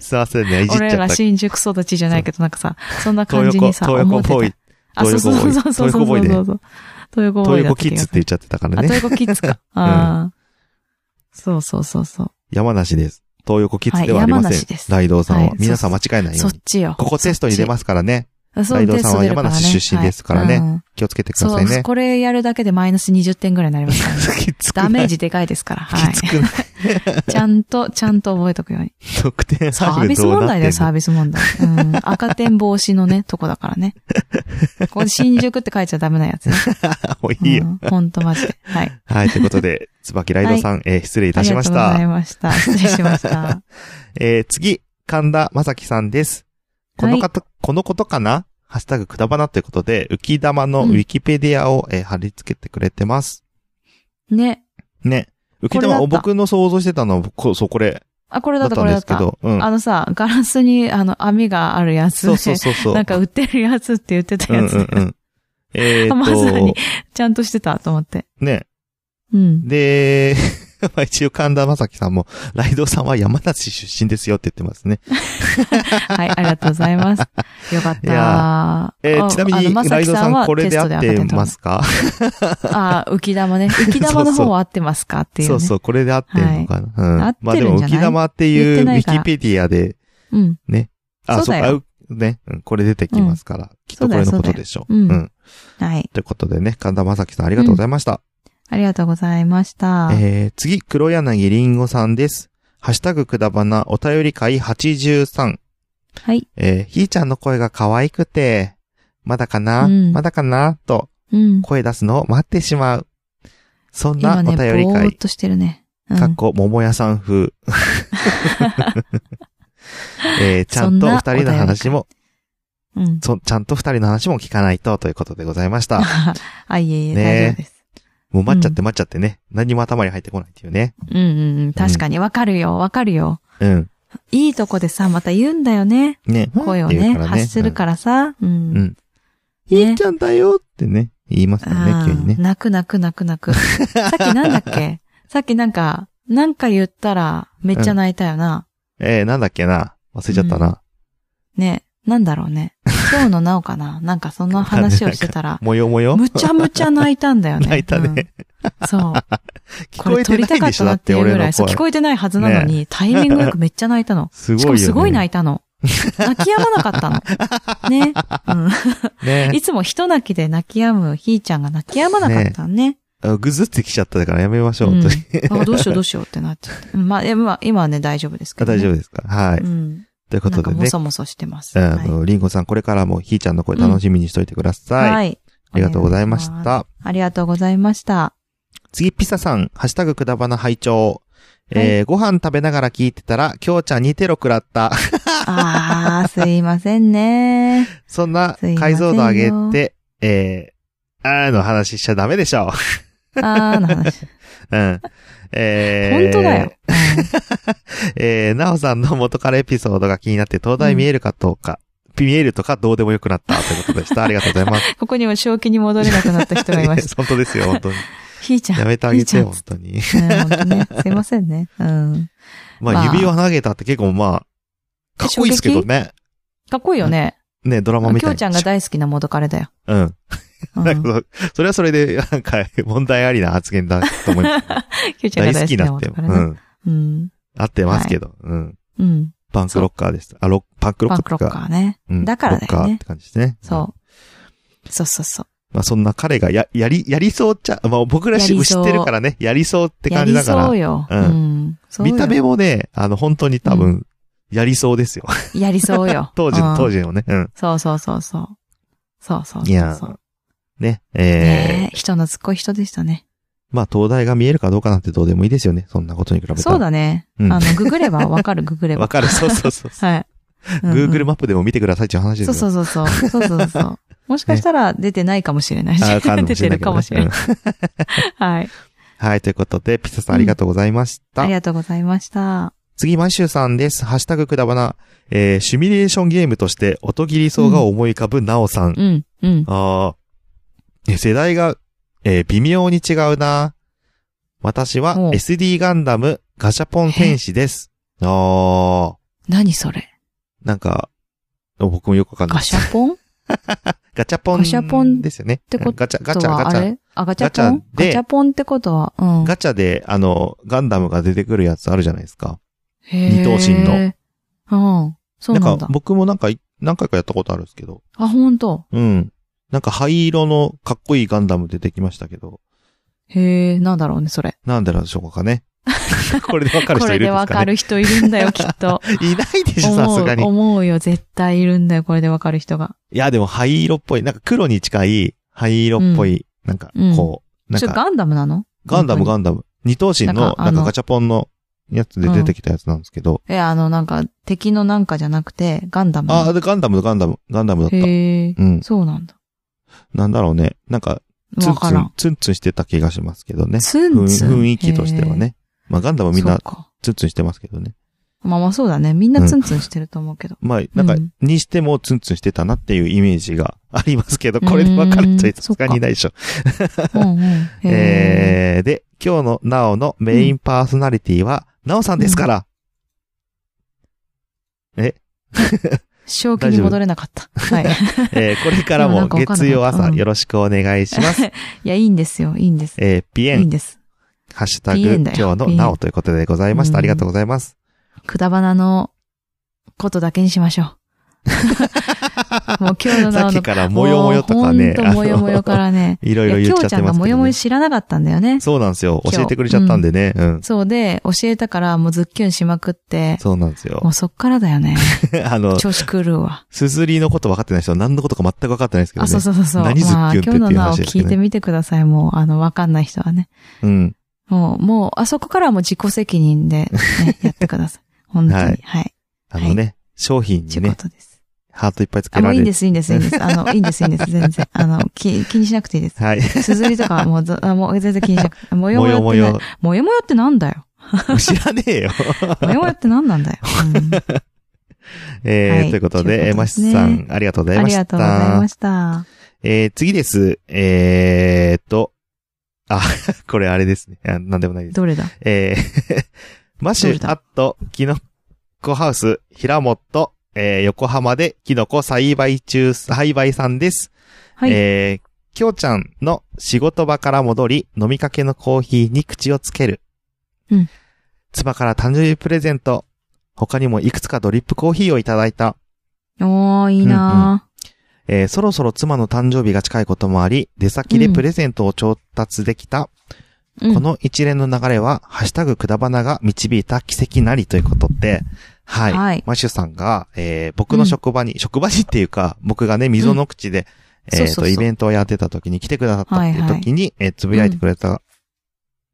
[SPEAKER 1] すいませんね。いじっち
[SPEAKER 2] 俺
[SPEAKER 1] ゃっ
[SPEAKER 2] ら
[SPEAKER 1] た。
[SPEAKER 2] 新宿育ちじゃないけど、なんかさ、そんな感
[SPEAKER 1] 東
[SPEAKER 2] じ
[SPEAKER 1] 横、
[SPEAKER 2] にさ、
[SPEAKER 1] 東
[SPEAKER 2] 思
[SPEAKER 1] 横
[SPEAKER 2] っ
[SPEAKER 1] ってぽ
[SPEAKER 2] た
[SPEAKER 1] い。。
[SPEAKER 2] あ、そうそうそうそうそうそうそう。
[SPEAKER 1] 東
[SPEAKER 2] そ
[SPEAKER 1] 横
[SPEAKER 2] うそう東横
[SPEAKER 1] 東
[SPEAKER 2] ボーイだ
[SPEAKER 1] 横
[SPEAKER 2] った
[SPEAKER 1] キ
[SPEAKER 2] 気
[SPEAKER 1] ッ
[SPEAKER 2] が
[SPEAKER 1] ズっ
[SPEAKER 2] す
[SPEAKER 1] て言
[SPEAKER 2] る。
[SPEAKER 1] っちゃってたか
[SPEAKER 2] あ、
[SPEAKER 1] ら
[SPEAKER 2] 東
[SPEAKER 1] ね。
[SPEAKER 2] 横キッ
[SPEAKER 1] [laughs]
[SPEAKER 2] ズか。あーそうそうそうそう。
[SPEAKER 1] 山梨です。東横キッズではあ
[SPEAKER 2] はい
[SPEAKER 1] りま
[SPEAKER 2] 山
[SPEAKER 1] せ
[SPEAKER 2] 梨
[SPEAKER 1] ん
[SPEAKER 2] です。
[SPEAKER 1] ライドウさん
[SPEAKER 2] は
[SPEAKER 1] は。
[SPEAKER 2] い
[SPEAKER 1] 皆さん間違えないよ
[SPEAKER 2] そうっ
[SPEAKER 1] に。
[SPEAKER 2] ちよ。
[SPEAKER 1] ここテストに出ますからね。
[SPEAKER 2] す
[SPEAKER 1] ライドウさんは山梨出身ですからね気をつけてくださ
[SPEAKER 2] そう
[SPEAKER 1] い
[SPEAKER 2] です。
[SPEAKER 1] ね。
[SPEAKER 2] これやるだけでマイナス20点ぐらいになりま
[SPEAKER 1] [laughs]
[SPEAKER 2] すからね。
[SPEAKER 1] きつくな
[SPEAKER 2] ダ
[SPEAKER 1] い
[SPEAKER 2] メージでかいですから。は
[SPEAKER 1] [laughs] きつ。
[SPEAKER 2] い
[SPEAKER 1] くない。
[SPEAKER 2] ちゃんと、ちゃんと覚えとくように。
[SPEAKER 1] 得点
[SPEAKER 2] サ
[SPEAKER 1] ハ
[SPEAKER 2] ー
[SPEAKER 1] ー
[SPEAKER 2] ビ
[SPEAKER 1] フ
[SPEAKER 2] ス
[SPEAKER 1] どう
[SPEAKER 2] 問
[SPEAKER 1] なって
[SPEAKER 2] 題だ
[SPEAKER 1] ん
[SPEAKER 2] よ、サービス問題。うん。赤点防止のね、とこだか
[SPEAKER 1] [laughs]
[SPEAKER 2] らね。ここで新宿って書いちゃダメなやつね。
[SPEAKER 1] のも
[SPEAKER 2] う
[SPEAKER 1] うんいいよ。
[SPEAKER 2] ほんとマジで。はい。
[SPEAKER 1] [laughs] はい、ということで、椿ライドウさん、えー失礼いたしまし
[SPEAKER 2] ありがとうござい
[SPEAKER 1] た。
[SPEAKER 2] ました。失礼し
[SPEAKER 1] [laughs]
[SPEAKER 2] ました。
[SPEAKER 1] えー次、神田正輝さんです。この方、このことかなハッシュタグくだばなということで、浮き玉のウィキペディアを、えー貼り付けてくれてます。
[SPEAKER 2] ね。
[SPEAKER 1] ね。浮き
[SPEAKER 2] これだ
[SPEAKER 1] 玉、
[SPEAKER 2] った
[SPEAKER 1] 僕の想像してたのは、こそう、これ、
[SPEAKER 2] あ、これ
[SPEAKER 1] だっ
[SPEAKER 2] だった、
[SPEAKER 1] たん
[SPEAKER 2] これ
[SPEAKER 1] で
[SPEAKER 2] だっ
[SPEAKER 1] すけ
[SPEAKER 2] た。
[SPEAKER 1] ど、うん。
[SPEAKER 2] あのさ、ガラスに、あの、網があるやつ
[SPEAKER 1] そうそう
[SPEAKER 2] で、
[SPEAKER 1] そうそう。
[SPEAKER 2] なんか売ってるやつって言ってたやつ
[SPEAKER 1] うん
[SPEAKER 2] ね
[SPEAKER 1] うんうん。 [laughs] え
[SPEAKER 2] まさ
[SPEAKER 1] ー
[SPEAKER 2] に
[SPEAKER 1] っ
[SPEAKER 2] ちゃんとしてたと思って。
[SPEAKER 1] と、ね。
[SPEAKER 2] うん。
[SPEAKER 1] で、 [laughs] まあ一応神田正輝さんも、ライドウさんは山梨出身ですよって言ってますね。
[SPEAKER 2] はい、ありがとうござい
[SPEAKER 1] [laughs]
[SPEAKER 2] ます。よかっ
[SPEAKER 1] い
[SPEAKER 2] た。
[SPEAKER 1] えー
[SPEAKER 2] あ
[SPEAKER 1] ちなみ
[SPEAKER 2] あの
[SPEAKER 1] に、
[SPEAKER 2] ま
[SPEAKER 1] ラ
[SPEAKER 2] さ
[SPEAKER 1] イ
[SPEAKER 2] き
[SPEAKER 1] ドウ
[SPEAKER 2] さ
[SPEAKER 1] さ
[SPEAKER 2] ん
[SPEAKER 1] ん
[SPEAKER 2] は
[SPEAKER 1] これ
[SPEAKER 2] テ
[SPEAKER 1] で
[SPEAKER 2] ス
[SPEAKER 1] 合
[SPEAKER 2] ト
[SPEAKER 1] っ
[SPEAKER 2] で
[SPEAKER 1] て
[SPEAKER 2] 赤点
[SPEAKER 1] ますか
[SPEAKER 2] ああ、浮
[SPEAKER 1] [laughs]
[SPEAKER 2] き玉ね。浮き玉の方は合ってますかっていう、
[SPEAKER 1] そ
[SPEAKER 2] ね。
[SPEAKER 1] うそう、これで合ってんのかな。うん
[SPEAKER 2] 合って
[SPEAKER 1] まあで
[SPEAKER 2] るん
[SPEAKER 1] も、
[SPEAKER 2] じゃない
[SPEAKER 1] 浮き玉ってい
[SPEAKER 2] 言っ
[SPEAKER 1] うウ
[SPEAKER 2] てない
[SPEAKER 1] ィ
[SPEAKER 2] から
[SPEAKER 1] キペディアで、
[SPEAKER 2] う。ん。
[SPEAKER 1] あ、
[SPEAKER 2] そう
[SPEAKER 1] そう
[SPEAKER 2] だ
[SPEAKER 1] か、
[SPEAKER 2] よ
[SPEAKER 1] あうね、うん、これ出てきますから、きっとこれのことでしょう。
[SPEAKER 2] そうだよそうだようん
[SPEAKER 1] ん。
[SPEAKER 2] はい。
[SPEAKER 1] ということでね、神田正輝さんありがとうございました。
[SPEAKER 2] ありがとうございました。
[SPEAKER 1] えー、次、黒柳りんごさんです。ハッシュタグくだばなお便り会83。
[SPEAKER 2] はい。
[SPEAKER 1] えー、ひーちゃんの声が可愛くて、まだかな、
[SPEAKER 2] うん
[SPEAKER 1] まだかなと、
[SPEAKER 2] うん。
[SPEAKER 1] 声出すのを待ってしまう。そんな
[SPEAKER 2] 今
[SPEAKER 1] お便
[SPEAKER 2] ね、ぼ
[SPEAKER 1] り
[SPEAKER 2] ーっ
[SPEAKER 1] 会、
[SPEAKER 2] としてるね。う
[SPEAKER 1] かっ
[SPEAKER 2] ん。
[SPEAKER 1] こ、桃屋さん
[SPEAKER 2] [laughs]
[SPEAKER 1] 風。えー、ちゃんとお二人の話も、
[SPEAKER 2] うん。
[SPEAKER 1] そちゃんと二人の話も聞かないと、ということでございま
[SPEAKER 2] [laughs]
[SPEAKER 1] した。
[SPEAKER 2] あ、いえいえ、
[SPEAKER 1] ねえ
[SPEAKER 2] 大丈夫です。
[SPEAKER 1] もう待っちゃって待っちゃってね。何も頭に入ってこないっていうね。
[SPEAKER 2] うんうんうん。確かに、わかるよ、わかるよ。
[SPEAKER 1] うん。
[SPEAKER 2] いいとこでさ、また言うんだよね。
[SPEAKER 1] ね。
[SPEAKER 2] 声を
[SPEAKER 1] って言う
[SPEAKER 2] ね、
[SPEAKER 1] から
[SPEAKER 2] 発するからさ。
[SPEAKER 1] う
[SPEAKER 2] う。
[SPEAKER 1] んん。ひーちゃんだよってね、言いますよね、急にね。
[SPEAKER 2] 泣く泣く泣く泣く。さっきなんだ
[SPEAKER 1] [laughs]
[SPEAKER 2] っけさっきなんか、なんか言ったらめっちゃ泣いたよな。
[SPEAKER 1] えー、なんだっけな忘れちゃったな。、
[SPEAKER 2] ね、なんだろうね。今日のなおかななんかその話をしてたら
[SPEAKER 1] もよもよ
[SPEAKER 2] むちゃむちゃ泣いたんだよね。
[SPEAKER 1] 泣いたね。
[SPEAKER 2] うんそう。
[SPEAKER 1] 聞こえてないでしょだって
[SPEAKER 2] これ撮りたかったなっていう
[SPEAKER 1] 俺
[SPEAKER 2] ぐら
[SPEAKER 1] の
[SPEAKER 2] い。そう、聞
[SPEAKER 1] 声。。
[SPEAKER 2] こえてないはずなのに、タイミングよくめっちゃ泣いたの
[SPEAKER 1] すごいよ、ね。
[SPEAKER 2] しかもすごい泣いたの。泣き止まなかったの。
[SPEAKER 1] [laughs]
[SPEAKER 2] ね。
[SPEAKER 1] ね
[SPEAKER 2] うん。いつも人泣きで泣き止むひーちゃんが泣き止まなかっ
[SPEAKER 1] [laughs]
[SPEAKER 2] たね。
[SPEAKER 1] あぐずってきちゃったからやめましょう、
[SPEAKER 2] う
[SPEAKER 1] 本 [laughs]
[SPEAKER 2] ん
[SPEAKER 1] 当に。
[SPEAKER 2] あどうしようどうしようってなっちゃって。まあ、 [laughs] えまあ今はね、大丈夫ですけ
[SPEAKER 1] あ
[SPEAKER 2] ど、ね。
[SPEAKER 1] 大丈
[SPEAKER 2] 夫。
[SPEAKER 1] 夫ですかはい。
[SPEAKER 2] うん。
[SPEAKER 1] というこ
[SPEAKER 2] な
[SPEAKER 1] と
[SPEAKER 2] んか
[SPEAKER 1] で
[SPEAKER 2] も
[SPEAKER 1] ね。
[SPEAKER 2] そもそしてます。
[SPEAKER 1] あの、リンゴさん、これからもひーちゃんの声楽しみにしといてください。あ
[SPEAKER 2] はい。
[SPEAKER 1] りがとうございまし
[SPEAKER 2] お願いします。
[SPEAKER 1] た。
[SPEAKER 2] ありがとうございました。
[SPEAKER 1] 次、ピサさん、ハッシュタグくだばな拝聴。えー、ご飯食べながら聞いてたら、きょうちゃんにテロ食らった。 [laughs]
[SPEAKER 2] あー、すいませんね。
[SPEAKER 1] そんな
[SPEAKER 2] すいませんよ
[SPEAKER 1] 解像度上げて、えー、あーの話しちゃダメでしょ
[SPEAKER 2] あーの話。
[SPEAKER 1] [laughs] う。うん。えー、
[SPEAKER 2] 本当だよ。。
[SPEAKER 1] えー、なおさんの元からエピソードが気になって、東大見えるかどうか、見えるとかどうでもよくなったということでした。ありがとうございます。
[SPEAKER 2] [laughs] うんここにも正気に戻れなくなった人がい
[SPEAKER 1] [laughs]
[SPEAKER 2] まし
[SPEAKER 1] 本当ですよ、本当に。
[SPEAKER 2] た。ひーちゃん。
[SPEAKER 1] やめてあげてよ、
[SPEAKER 2] いい
[SPEAKER 1] 本当に。
[SPEAKER 2] ね本当ね。すいませんね。うん。
[SPEAKER 1] ま
[SPEAKER 2] ま
[SPEAKER 1] あ、
[SPEAKER 2] あ
[SPEAKER 1] 指輪投げたって結構まあ、かっこいいですけどね。
[SPEAKER 2] かっこいいよね。
[SPEAKER 1] ね、ドラマみ
[SPEAKER 2] き
[SPEAKER 1] たい
[SPEAKER 2] ょ
[SPEAKER 1] に
[SPEAKER 2] うちゃんが大好きな元彼だよ。
[SPEAKER 1] うん。
[SPEAKER 2] うん
[SPEAKER 1] だけど、それはそれで、なんか、問題ありな発言だと
[SPEAKER 2] [laughs]
[SPEAKER 1] 思います。
[SPEAKER 2] きょうちゃんが
[SPEAKER 1] 大
[SPEAKER 2] 大
[SPEAKER 1] 好
[SPEAKER 2] 好
[SPEAKER 1] き
[SPEAKER 2] き
[SPEAKER 1] な
[SPEAKER 2] な
[SPEAKER 1] って。
[SPEAKER 2] 元
[SPEAKER 1] う
[SPEAKER 2] 彼ね。
[SPEAKER 1] ん。
[SPEAKER 2] うん。
[SPEAKER 1] 合ってますけど、うん。
[SPEAKER 2] うん。
[SPEAKER 1] パンクロッカーでした。あ、ロッパンクロ
[SPEAKER 2] パ
[SPEAKER 1] ッ
[SPEAKER 2] ンク
[SPEAKER 1] カ
[SPEAKER 2] ロ
[SPEAKER 1] ーか
[SPEAKER 2] ッカーね。
[SPEAKER 1] うん
[SPEAKER 2] だからだよね
[SPEAKER 1] ロッカーって感じですね。うん。
[SPEAKER 2] そう。そうそうそう。
[SPEAKER 1] まあ、そんな彼がや、やり、やりそうっちゃ、まあ、僕ら
[SPEAKER 2] や
[SPEAKER 1] 知
[SPEAKER 2] り
[SPEAKER 1] 知
[SPEAKER 2] そう
[SPEAKER 1] ってるからね、やりそうって
[SPEAKER 2] や
[SPEAKER 1] 感じ
[SPEAKER 2] り
[SPEAKER 1] だか
[SPEAKER 2] そう
[SPEAKER 1] ら。
[SPEAKER 2] よ。
[SPEAKER 1] う
[SPEAKER 2] うんん。そうよ
[SPEAKER 1] 見た目もね、あの、本当に多
[SPEAKER 2] う
[SPEAKER 1] 分、やりそうですよ。
[SPEAKER 2] やりそう
[SPEAKER 1] [laughs] 。
[SPEAKER 2] よ
[SPEAKER 1] 当時の、当
[SPEAKER 2] 時。
[SPEAKER 1] 時のね。うん。
[SPEAKER 2] そうそうそうそう。そうそうそうそう。
[SPEAKER 1] いやーね、えー
[SPEAKER 2] ねえ人懐っこい人でしたね。
[SPEAKER 1] まあ、東大が見えるかどうかなんてどうでもいいですよね。そんなことに比べたら。
[SPEAKER 2] そうだね。
[SPEAKER 1] うん
[SPEAKER 2] あの、ググれば
[SPEAKER 1] [laughs]
[SPEAKER 2] わかる、ググれば。
[SPEAKER 1] わかる。そうそうそう。
[SPEAKER 2] はい。うんうん
[SPEAKER 1] Google マップでも見てくださいっていう話です
[SPEAKER 2] そ
[SPEAKER 1] よ。
[SPEAKER 2] うそううそうそ
[SPEAKER 1] [laughs]
[SPEAKER 2] う。そうそうそう。もしかしたら出てないかもしれないし
[SPEAKER 1] あわかんない。
[SPEAKER 2] [laughs] 出てるかもしれない。
[SPEAKER 1] い。
[SPEAKER 2] はい。
[SPEAKER 1] うんはい、ということで、ピサさんありがとうございました。
[SPEAKER 2] ありがとうございました。
[SPEAKER 1] 次、マッシュさんです。ハッシュタグくだばな。えー、シミュレーションゲームとして、音切り層が思い浮かぶなおさん。
[SPEAKER 2] うん、うん。
[SPEAKER 1] ああ、え世代が、えー微妙に違うな。私は
[SPEAKER 2] おう
[SPEAKER 1] SD ガンダムガシャポン戦士です。ああ、
[SPEAKER 2] 何それ
[SPEAKER 1] なんか、僕もよくわかんない
[SPEAKER 2] ガ
[SPEAKER 1] です。
[SPEAKER 2] シャポンっ
[SPEAKER 1] ガチャポン。
[SPEAKER 2] ガシャポン
[SPEAKER 1] ですよね。って
[SPEAKER 2] こと
[SPEAKER 1] ガチャ、ガチ
[SPEAKER 2] と
[SPEAKER 1] ャ、
[SPEAKER 2] は
[SPEAKER 1] ガ
[SPEAKER 2] あ
[SPEAKER 1] チャ。
[SPEAKER 2] れあ、ガチャポン
[SPEAKER 1] ガチャで
[SPEAKER 2] ガチャポンってことは、うん。
[SPEAKER 1] ガチャで、あの、ガンダムが出てくるやつあるじゃないですか。
[SPEAKER 2] 二
[SPEAKER 1] 二頭身
[SPEAKER 2] の。うん。そうなん
[SPEAKER 1] か
[SPEAKER 2] だ、。
[SPEAKER 1] 僕もなんか、何回かやったことあるんですけど。
[SPEAKER 2] あ、ほんと。
[SPEAKER 1] うん。なんか、灰色のかっこいいガンダム出てきましたけど、
[SPEAKER 2] へえ、なんだろうね、それ。
[SPEAKER 1] なんでなんでしょうかね。 [laughs] これでわかる
[SPEAKER 2] こ
[SPEAKER 1] 人いるん
[SPEAKER 2] れで
[SPEAKER 1] です
[SPEAKER 2] わ
[SPEAKER 1] か
[SPEAKER 2] か
[SPEAKER 1] ね。
[SPEAKER 2] る人いるんだ
[SPEAKER 1] [laughs]
[SPEAKER 2] よ、きっと。
[SPEAKER 1] いないでしょ、さ
[SPEAKER 2] 思
[SPEAKER 1] すが
[SPEAKER 2] う、
[SPEAKER 1] に。
[SPEAKER 2] 思うよ、絶対いるんだよ、これでわかる人が。
[SPEAKER 1] いや、でも灰色っぽい。なんか黒に近い灰色っぽい、なんかこう、
[SPEAKER 2] ち
[SPEAKER 1] なん
[SPEAKER 2] ょ、
[SPEAKER 1] か
[SPEAKER 2] ガンダムなの
[SPEAKER 1] ガンダムガ
[SPEAKER 2] ン
[SPEAKER 1] ンダム。二頭身
[SPEAKER 2] なん
[SPEAKER 1] の
[SPEAKER 2] か、あ
[SPEAKER 1] なん
[SPEAKER 2] の
[SPEAKER 1] かガチャポンのやつで出てきたやつなんですけど。
[SPEAKER 2] え、あの、なんか、敵のなんかじゃなくて、ガンダム。
[SPEAKER 1] ああ、で、ガンダムだガンダム、ガンダムだった。
[SPEAKER 2] へえ、
[SPEAKER 1] うん。
[SPEAKER 2] そうなんだ。
[SPEAKER 1] なんだろうね。なんか、ツ
[SPEAKER 2] わ
[SPEAKER 1] ンツ
[SPEAKER 2] から
[SPEAKER 1] ン
[SPEAKER 2] ん、。
[SPEAKER 1] ツンツンしてた気がしますけどね。
[SPEAKER 2] ツ
[SPEAKER 1] 雰
[SPEAKER 2] ンツン。
[SPEAKER 1] 雰囲気としては
[SPEAKER 2] へ
[SPEAKER 1] ね。まあ、ガンダム
[SPEAKER 2] え。
[SPEAKER 1] みん
[SPEAKER 2] そ
[SPEAKER 1] な
[SPEAKER 2] うか。
[SPEAKER 1] ツンツンしてますけどね。
[SPEAKER 2] まあまあそうだね。みんなツンツンしてると思
[SPEAKER 1] [laughs]
[SPEAKER 2] うけど。
[SPEAKER 1] まあ、なんか
[SPEAKER 2] うん、
[SPEAKER 1] にしてもツンツンしてたなっていうイメージがありますけど、これで分かれちゃいさすがにいないでしょ。
[SPEAKER 2] うんうん。へえ。
[SPEAKER 1] えー、で、今日のなおのメインパーソナリティは、なおさんですから、
[SPEAKER 2] 正気に戻れなかった。はい。 [laughs]
[SPEAKER 1] えーこれから
[SPEAKER 2] でもな
[SPEAKER 1] も
[SPEAKER 2] んかわかんなかった
[SPEAKER 1] 月曜朝
[SPEAKER 2] うん
[SPEAKER 1] よろしくお願いし
[SPEAKER 2] [laughs]
[SPEAKER 1] ます。
[SPEAKER 2] いや、いいんですよ。いいんです。い
[SPEAKER 1] えー、ピエ
[SPEAKER 2] いん
[SPEAKER 1] ン、
[SPEAKER 2] です。
[SPEAKER 1] ハッシュタグ、
[SPEAKER 2] ピエン
[SPEAKER 1] 今
[SPEAKER 2] だよ
[SPEAKER 1] 日のなおということでございました。
[SPEAKER 2] うん
[SPEAKER 1] ありがとうございます。
[SPEAKER 2] くだばなのことだけにしましょう。
[SPEAKER 1] [laughs]
[SPEAKER 2] もう今日の
[SPEAKER 1] さ
[SPEAKER 2] な
[SPEAKER 1] っ
[SPEAKER 2] お
[SPEAKER 1] き
[SPEAKER 2] の。
[SPEAKER 1] からもよもよとかね、
[SPEAKER 2] ほんともよもよか
[SPEAKER 1] あ [laughs]
[SPEAKER 2] らね。
[SPEAKER 1] のいろ
[SPEAKER 2] い
[SPEAKER 1] いろ
[SPEAKER 2] や、き
[SPEAKER 1] 言
[SPEAKER 2] ょ
[SPEAKER 1] っちゃ
[SPEAKER 2] う
[SPEAKER 1] っ
[SPEAKER 2] ちゃ
[SPEAKER 1] て
[SPEAKER 2] んが
[SPEAKER 1] ます
[SPEAKER 2] も
[SPEAKER 1] け
[SPEAKER 2] よ
[SPEAKER 1] ど、
[SPEAKER 2] も
[SPEAKER 1] ね
[SPEAKER 2] よ。知らなかったんだよね。
[SPEAKER 1] そうなんですよ。
[SPEAKER 2] 今日
[SPEAKER 1] 教えてくれちゃったんでね。うん。
[SPEAKER 2] そうで、教えたからもうズッキュンしまくって、
[SPEAKER 1] そうなんですよ
[SPEAKER 2] も。うそっからだよね。
[SPEAKER 1] [laughs] あの、
[SPEAKER 2] 調子狂うわ。
[SPEAKER 1] すずりのこと分かってない人は何のことか全く分かってないですけど
[SPEAKER 2] あ、
[SPEAKER 1] ね。
[SPEAKER 2] そうそうそうそう。
[SPEAKER 1] 何ズッ
[SPEAKER 2] まあ
[SPEAKER 1] キュンってっていう話
[SPEAKER 2] 今日のなお
[SPEAKER 1] ですけどね
[SPEAKER 2] 聞いてみてください。もう、あの、わかんない人はね。
[SPEAKER 1] うん。
[SPEAKER 2] もう、もう、あそこからはもう自己責任で、
[SPEAKER 1] [laughs]
[SPEAKER 2] ね、やってください。本当に。
[SPEAKER 1] は
[SPEAKER 2] はいい。
[SPEAKER 1] あのね、商品
[SPEAKER 2] ちゅ
[SPEAKER 1] に
[SPEAKER 2] うこ
[SPEAKER 1] ね、
[SPEAKER 2] とです。
[SPEAKER 1] ハートいっぱいつけ
[SPEAKER 2] あ、も
[SPEAKER 1] ら
[SPEAKER 2] ういい
[SPEAKER 1] れ
[SPEAKER 2] ん
[SPEAKER 1] る
[SPEAKER 2] で。す、いいんです、いいんです。あの、いいんです、いいんです、全然。あの、気、気にしなくていいです。
[SPEAKER 1] はい。
[SPEAKER 2] すずりとかはもうず、あもう全然気にしなくて。 [laughs] もよ
[SPEAKER 1] [laughs] も
[SPEAKER 2] も
[SPEAKER 1] よ
[SPEAKER 2] よ
[SPEAKER 1] もよ
[SPEAKER 2] ってない。。 [laughs] もよもよってなんだよ。
[SPEAKER 1] 知らねえよ。 [laughs]
[SPEAKER 2] もよもよってなんなんだよ。うん
[SPEAKER 1] えー
[SPEAKER 2] はい
[SPEAKER 1] ということ
[SPEAKER 2] と
[SPEAKER 1] で、
[SPEAKER 2] い
[SPEAKER 1] えー
[SPEAKER 2] うこと
[SPEAKER 1] マ
[SPEAKER 2] で
[SPEAKER 1] シ
[SPEAKER 2] す
[SPEAKER 1] ス
[SPEAKER 2] ね
[SPEAKER 1] さん、ありがとうござい
[SPEAKER 2] あ
[SPEAKER 1] ま
[SPEAKER 2] り
[SPEAKER 1] した。
[SPEAKER 2] がとうございました。
[SPEAKER 1] えー次です。えーっと、あ、 [laughs] これあれですね。あなんでもないです。
[SPEAKER 2] どれだ
[SPEAKER 1] えー [laughs] マシ
[SPEAKER 2] ど
[SPEAKER 1] ュ
[SPEAKER 2] れだ
[SPEAKER 1] アット、キノコハウス、平本、えー横浜でキノコ栽培中、栽培さんです。
[SPEAKER 2] はい。
[SPEAKER 1] えー、きょうちゃんの仕事場から戻り、飲みかけのコーヒーに口をつける。
[SPEAKER 2] うん。
[SPEAKER 1] 妻から誕生日プレゼント。他にもいくつかドリップコーヒーをいただいた。
[SPEAKER 2] おー、いいな
[SPEAKER 1] えーそろそろ妻の誕生日が近いこともあり、出先でプレゼントを調達できた。
[SPEAKER 2] ー、うん
[SPEAKER 1] この一連の流れは、ハッシュタグくだばなが導いた奇跡なりということで、はい。
[SPEAKER 2] はい
[SPEAKER 1] マシュさんが、えー僕の職場に、職場にっていうか、僕がね、溝の口で、え
[SPEAKER 2] うんそ
[SPEAKER 1] っ
[SPEAKER 2] うそう
[SPEAKER 1] と、
[SPEAKER 2] そう
[SPEAKER 1] イベントをやってた時に来てくださったっていう時に、えーつぶやいてくれた、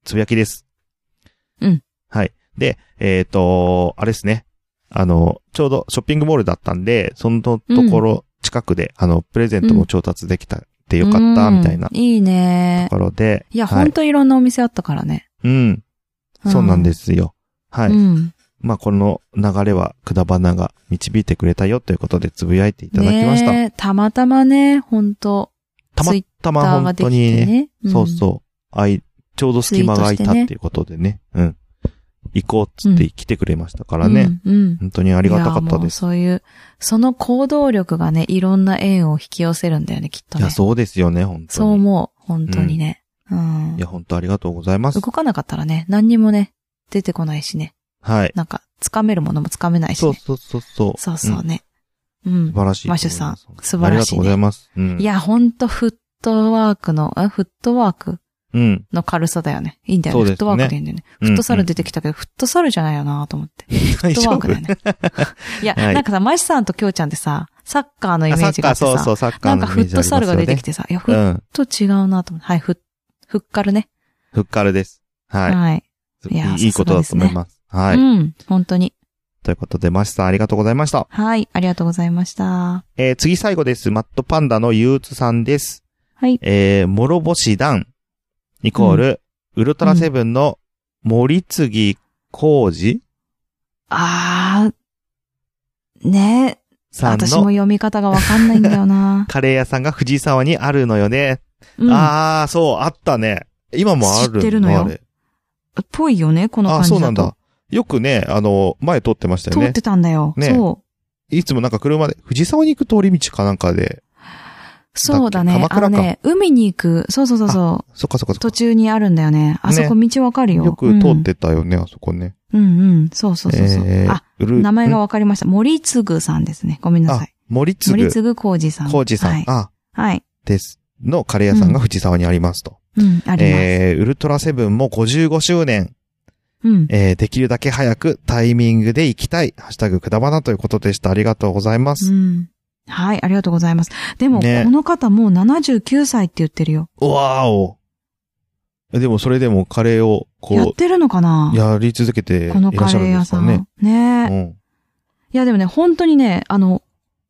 [SPEAKER 1] つぶやきです。
[SPEAKER 2] うん。
[SPEAKER 1] はい。で、えっ、と、あれですね。あの、ちょうどショッピングモールだったんで、そのところ近くで、あの、プレゼントも調達できたってよかった、みたいな
[SPEAKER 2] うんいいね
[SPEAKER 1] ところで。
[SPEAKER 2] いや、
[SPEAKER 1] は
[SPEAKER 2] ほんといろんなお店あったからね。。
[SPEAKER 1] うん。そうなんですすよ。は
[SPEAKER 2] う
[SPEAKER 1] い。
[SPEAKER 2] ん。
[SPEAKER 1] まあ、この流れは、くだばなが導いてくれたよということで、つぶやいていただきました。
[SPEAKER 2] ねえたまたまね、ほんと。
[SPEAKER 1] たまたま
[SPEAKER 2] が
[SPEAKER 1] 本
[SPEAKER 2] で
[SPEAKER 1] 当
[SPEAKER 2] き
[SPEAKER 1] に
[SPEAKER 2] て
[SPEAKER 1] ね、
[SPEAKER 2] ね。ん
[SPEAKER 1] そうそう。あい、ちょうど隙間が空いたっていうことでね。うん。行こうっつって来てくれましたからね。。
[SPEAKER 2] うんうん。
[SPEAKER 1] 本当にあ
[SPEAKER 2] あ
[SPEAKER 1] りがたかったです。
[SPEAKER 2] そういう、その行動力がね、いろんな縁を引き寄せるんだよね、きっと
[SPEAKER 1] い
[SPEAKER 2] ね。
[SPEAKER 1] や、そうですよね、本
[SPEAKER 2] そう
[SPEAKER 1] 当に。
[SPEAKER 2] 思う。本当にね。うん。
[SPEAKER 1] いや、本当ありがとうございます
[SPEAKER 2] 動。かなかったらね、何にもね、出てこないしね。
[SPEAKER 1] はい。
[SPEAKER 2] なんか、掴めるものも掴めないし
[SPEAKER 1] そう
[SPEAKER 2] ね。
[SPEAKER 1] そうそうそう。
[SPEAKER 2] そう
[SPEAKER 1] う
[SPEAKER 2] そうんね。うん
[SPEAKER 1] 素。晴らしいと思います。
[SPEAKER 2] マシュさん素晴らしいね
[SPEAKER 1] ありがとうございます。うん。
[SPEAKER 2] い。や、ほんと、フットワークの、あフットワーク
[SPEAKER 1] うん。
[SPEAKER 2] の軽さだよね。いいんだよね。
[SPEAKER 1] そう
[SPEAKER 2] フ
[SPEAKER 1] ですね
[SPEAKER 2] ットワークでいいんだよね。
[SPEAKER 1] う
[SPEAKER 2] フ
[SPEAKER 1] ん
[SPEAKER 2] ットサル出てきたけど、フットサルじゃないよなと
[SPEAKER 1] [laughs]
[SPEAKER 2] 思って。フ
[SPEAKER 1] 大
[SPEAKER 2] ット
[SPEAKER 1] 丈
[SPEAKER 2] ワー
[SPEAKER 1] 夫
[SPEAKER 2] クだよね。 [laughs] いや、
[SPEAKER 1] はい
[SPEAKER 2] なんかさ、マシさんとキョウちゃんってさ、サッカーのイメ
[SPEAKER 1] あサ
[SPEAKER 2] ー
[SPEAKER 1] ッ
[SPEAKER 2] ジ
[SPEAKER 1] カ
[SPEAKER 2] があ
[SPEAKER 1] ー、
[SPEAKER 2] って
[SPEAKER 1] そうそ
[SPEAKER 2] さ、
[SPEAKER 1] う、サッカ
[SPEAKER 2] な
[SPEAKER 1] ー
[SPEAKER 2] ん
[SPEAKER 1] の
[SPEAKER 2] か
[SPEAKER 1] イ
[SPEAKER 2] フ
[SPEAKER 1] メー
[SPEAKER 2] ッ
[SPEAKER 1] ジあ
[SPEAKER 2] ト
[SPEAKER 1] り
[SPEAKER 2] サ
[SPEAKER 1] ます
[SPEAKER 2] ル
[SPEAKER 1] よ
[SPEAKER 2] が
[SPEAKER 1] ね
[SPEAKER 2] 出てきてさ、いや、フ
[SPEAKER 1] う
[SPEAKER 2] ッ
[SPEAKER 1] ん。
[SPEAKER 2] ト違うなと思って。はい、フッ、フッカルね。
[SPEAKER 1] ふっからです。はい。
[SPEAKER 2] はい。いや
[SPEAKER 1] いいいことだと思います。はい。
[SPEAKER 2] うん。本当に。
[SPEAKER 1] ということで、マシさんありがとうございました。
[SPEAKER 2] はい。ありがとうございました。
[SPEAKER 1] えー、次最後です。マットパンダの憂鬱さんです。
[SPEAKER 2] はい。
[SPEAKER 1] えー、諸星団、イコール、ウルトラセブンの森次浩二
[SPEAKER 2] あー、ね
[SPEAKER 1] さん
[SPEAKER 2] 私も
[SPEAKER 1] の。
[SPEAKER 2] 読み方がわかんないんだよな
[SPEAKER 1] [laughs] カレー屋さんが藤沢にあるのよね。
[SPEAKER 2] うん。
[SPEAKER 1] あー、そう、あったね。今もある
[SPEAKER 2] 知ってるのよ
[SPEAKER 1] あれ
[SPEAKER 2] ぽいよね、この
[SPEAKER 1] あ
[SPEAKER 2] 感
[SPEAKER 1] ー、
[SPEAKER 2] じだと。
[SPEAKER 1] そうなんだ。よくね、あの、前通ってましたよ
[SPEAKER 2] 通
[SPEAKER 1] ね
[SPEAKER 2] っ。てたんだよ。
[SPEAKER 1] ね
[SPEAKER 2] そう。
[SPEAKER 1] いつもなんか車で、藤沢に行く通り道かなんかで、
[SPEAKER 2] そう
[SPEAKER 1] だ
[SPEAKER 2] だ
[SPEAKER 1] っ
[SPEAKER 2] ね
[SPEAKER 1] け。鎌
[SPEAKER 2] あ
[SPEAKER 1] 倉か
[SPEAKER 2] のね、海に行く。そうそうそうそ
[SPEAKER 1] そっかそっか
[SPEAKER 2] う。
[SPEAKER 1] そ
[SPEAKER 2] 途
[SPEAKER 1] っか。
[SPEAKER 2] 中にあるんだよね。あそこ道わかるよ。
[SPEAKER 1] よく通ってたよね、あそこね。
[SPEAKER 2] うん。うんうん。そうそうそうそう。
[SPEAKER 1] えー
[SPEAKER 2] あ、、
[SPEAKER 1] うる
[SPEAKER 2] 名前がわかりました。森次さんですね。ごめんなさ
[SPEAKER 1] あ
[SPEAKER 2] い。、
[SPEAKER 1] 森次
[SPEAKER 2] 森次浩二さん。
[SPEAKER 1] 浩二さん、
[SPEAKER 2] はい。
[SPEAKER 1] あ、
[SPEAKER 2] はい。
[SPEAKER 1] です。のカレー屋さんが藤沢にありますと。
[SPEAKER 2] うん、あります。
[SPEAKER 1] えー、ウルトラセブンも55周年、
[SPEAKER 2] うん。
[SPEAKER 1] えー、できるだけ早くタイミングで行きたい、ハッシュタグくだばなということでした。ありがとうございま
[SPEAKER 2] う
[SPEAKER 1] す。
[SPEAKER 2] ん。はい、ありがとうございます。でも、
[SPEAKER 1] ね
[SPEAKER 2] この方もう79歳って言ってるよ。
[SPEAKER 1] うわーお。でもそれでもカレーを
[SPEAKER 2] やっ
[SPEAKER 1] こ
[SPEAKER 2] てるのかな
[SPEAKER 1] う、やり続けてい
[SPEAKER 2] この
[SPEAKER 1] らっ
[SPEAKER 2] カ
[SPEAKER 1] しゃるん
[SPEAKER 2] レー
[SPEAKER 1] で
[SPEAKER 2] 屋
[SPEAKER 1] すか
[SPEAKER 2] さ
[SPEAKER 1] ね。
[SPEAKER 2] ん。ねえ。
[SPEAKER 1] うん。
[SPEAKER 2] いや、でもね、本当にね、あの、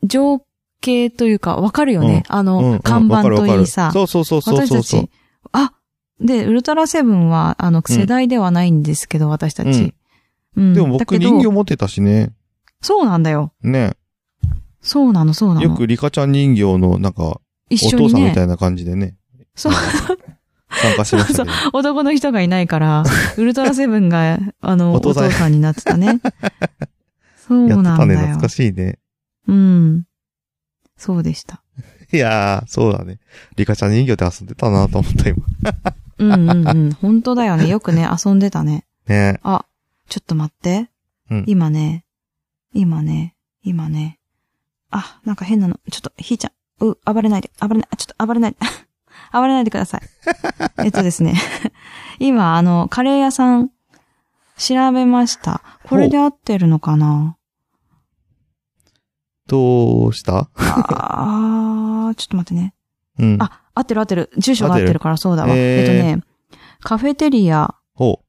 [SPEAKER 2] 情景というか、わかるよね。あ
[SPEAKER 1] うん、う
[SPEAKER 2] の、
[SPEAKER 1] ん
[SPEAKER 2] 看板といいさ。
[SPEAKER 1] そうそうそうそう
[SPEAKER 2] 私
[SPEAKER 1] そう
[SPEAKER 2] た
[SPEAKER 1] そう
[SPEAKER 2] ち。、あ、で、ウルトラセブンは、あの、
[SPEAKER 1] うん
[SPEAKER 2] 世代ではないんですけど、私たち。うん。
[SPEAKER 1] でも
[SPEAKER 2] だ
[SPEAKER 1] 僕
[SPEAKER 2] けど
[SPEAKER 1] 人形持ってたしね。
[SPEAKER 2] そうなんだよ。
[SPEAKER 1] ね。
[SPEAKER 2] そうなの、そうなの。
[SPEAKER 1] よくリカちゃん人形のなんか、
[SPEAKER 2] 一
[SPEAKER 1] お
[SPEAKER 2] 緒
[SPEAKER 1] 父
[SPEAKER 2] に
[SPEAKER 1] さんみた
[SPEAKER 2] ね、
[SPEAKER 1] いな感じでね、
[SPEAKER 2] そう、
[SPEAKER 1] [laughs] 参加してましたけど。
[SPEAKER 2] 男の人がいな
[SPEAKER 1] [laughs]
[SPEAKER 2] いから、ウルトラセブンが、あの、
[SPEAKER 1] お
[SPEAKER 2] お
[SPEAKER 1] 父
[SPEAKER 2] 父
[SPEAKER 1] さん
[SPEAKER 2] さんになってた
[SPEAKER 1] [laughs]
[SPEAKER 2] ね。そう
[SPEAKER 1] やって
[SPEAKER 2] な
[SPEAKER 1] た
[SPEAKER 2] ん
[SPEAKER 1] ね、
[SPEAKER 2] だよ
[SPEAKER 1] 懐か。しいね。
[SPEAKER 2] うん。そうでした。
[SPEAKER 1] いやー、そうだね。リカちゃん人形で遊んでたなと思った今。
[SPEAKER 2] うんうんうん。本当だよね。よくね、遊んでたね。
[SPEAKER 1] ね
[SPEAKER 2] あ、ちょっと待って。
[SPEAKER 1] うん
[SPEAKER 2] 今ね、今ね、今ね。あ、なんか変なの。ちょっと、ひーちゃん、う、暴れないで、暴れない、あちょっと暴れないで、 [laughs] 暴れないでくだ
[SPEAKER 1] [laughs]
[SPEAKER 2] さい。えっとですね。 [laughs] 今、あの、カレー屋さん、調べました。これで合ってるのかな
[SPEAKER 1] どうした
[SPEAKER 2] あー、ちょっと待ってね。
[SPEAKER 1] うん。
[SPEAKER 2] あ、合ってる合ってる。住所が合
[SPEAKER 1] 合っ
[SPEAKER 2] って
[SPEAKER 1] る
[SPEAKER 2] てるからそうだわ。
[SPEAKER 1] へー
[SPEAKER 2] えっとね、カフェテリア、
[SPEAKER 1] ほ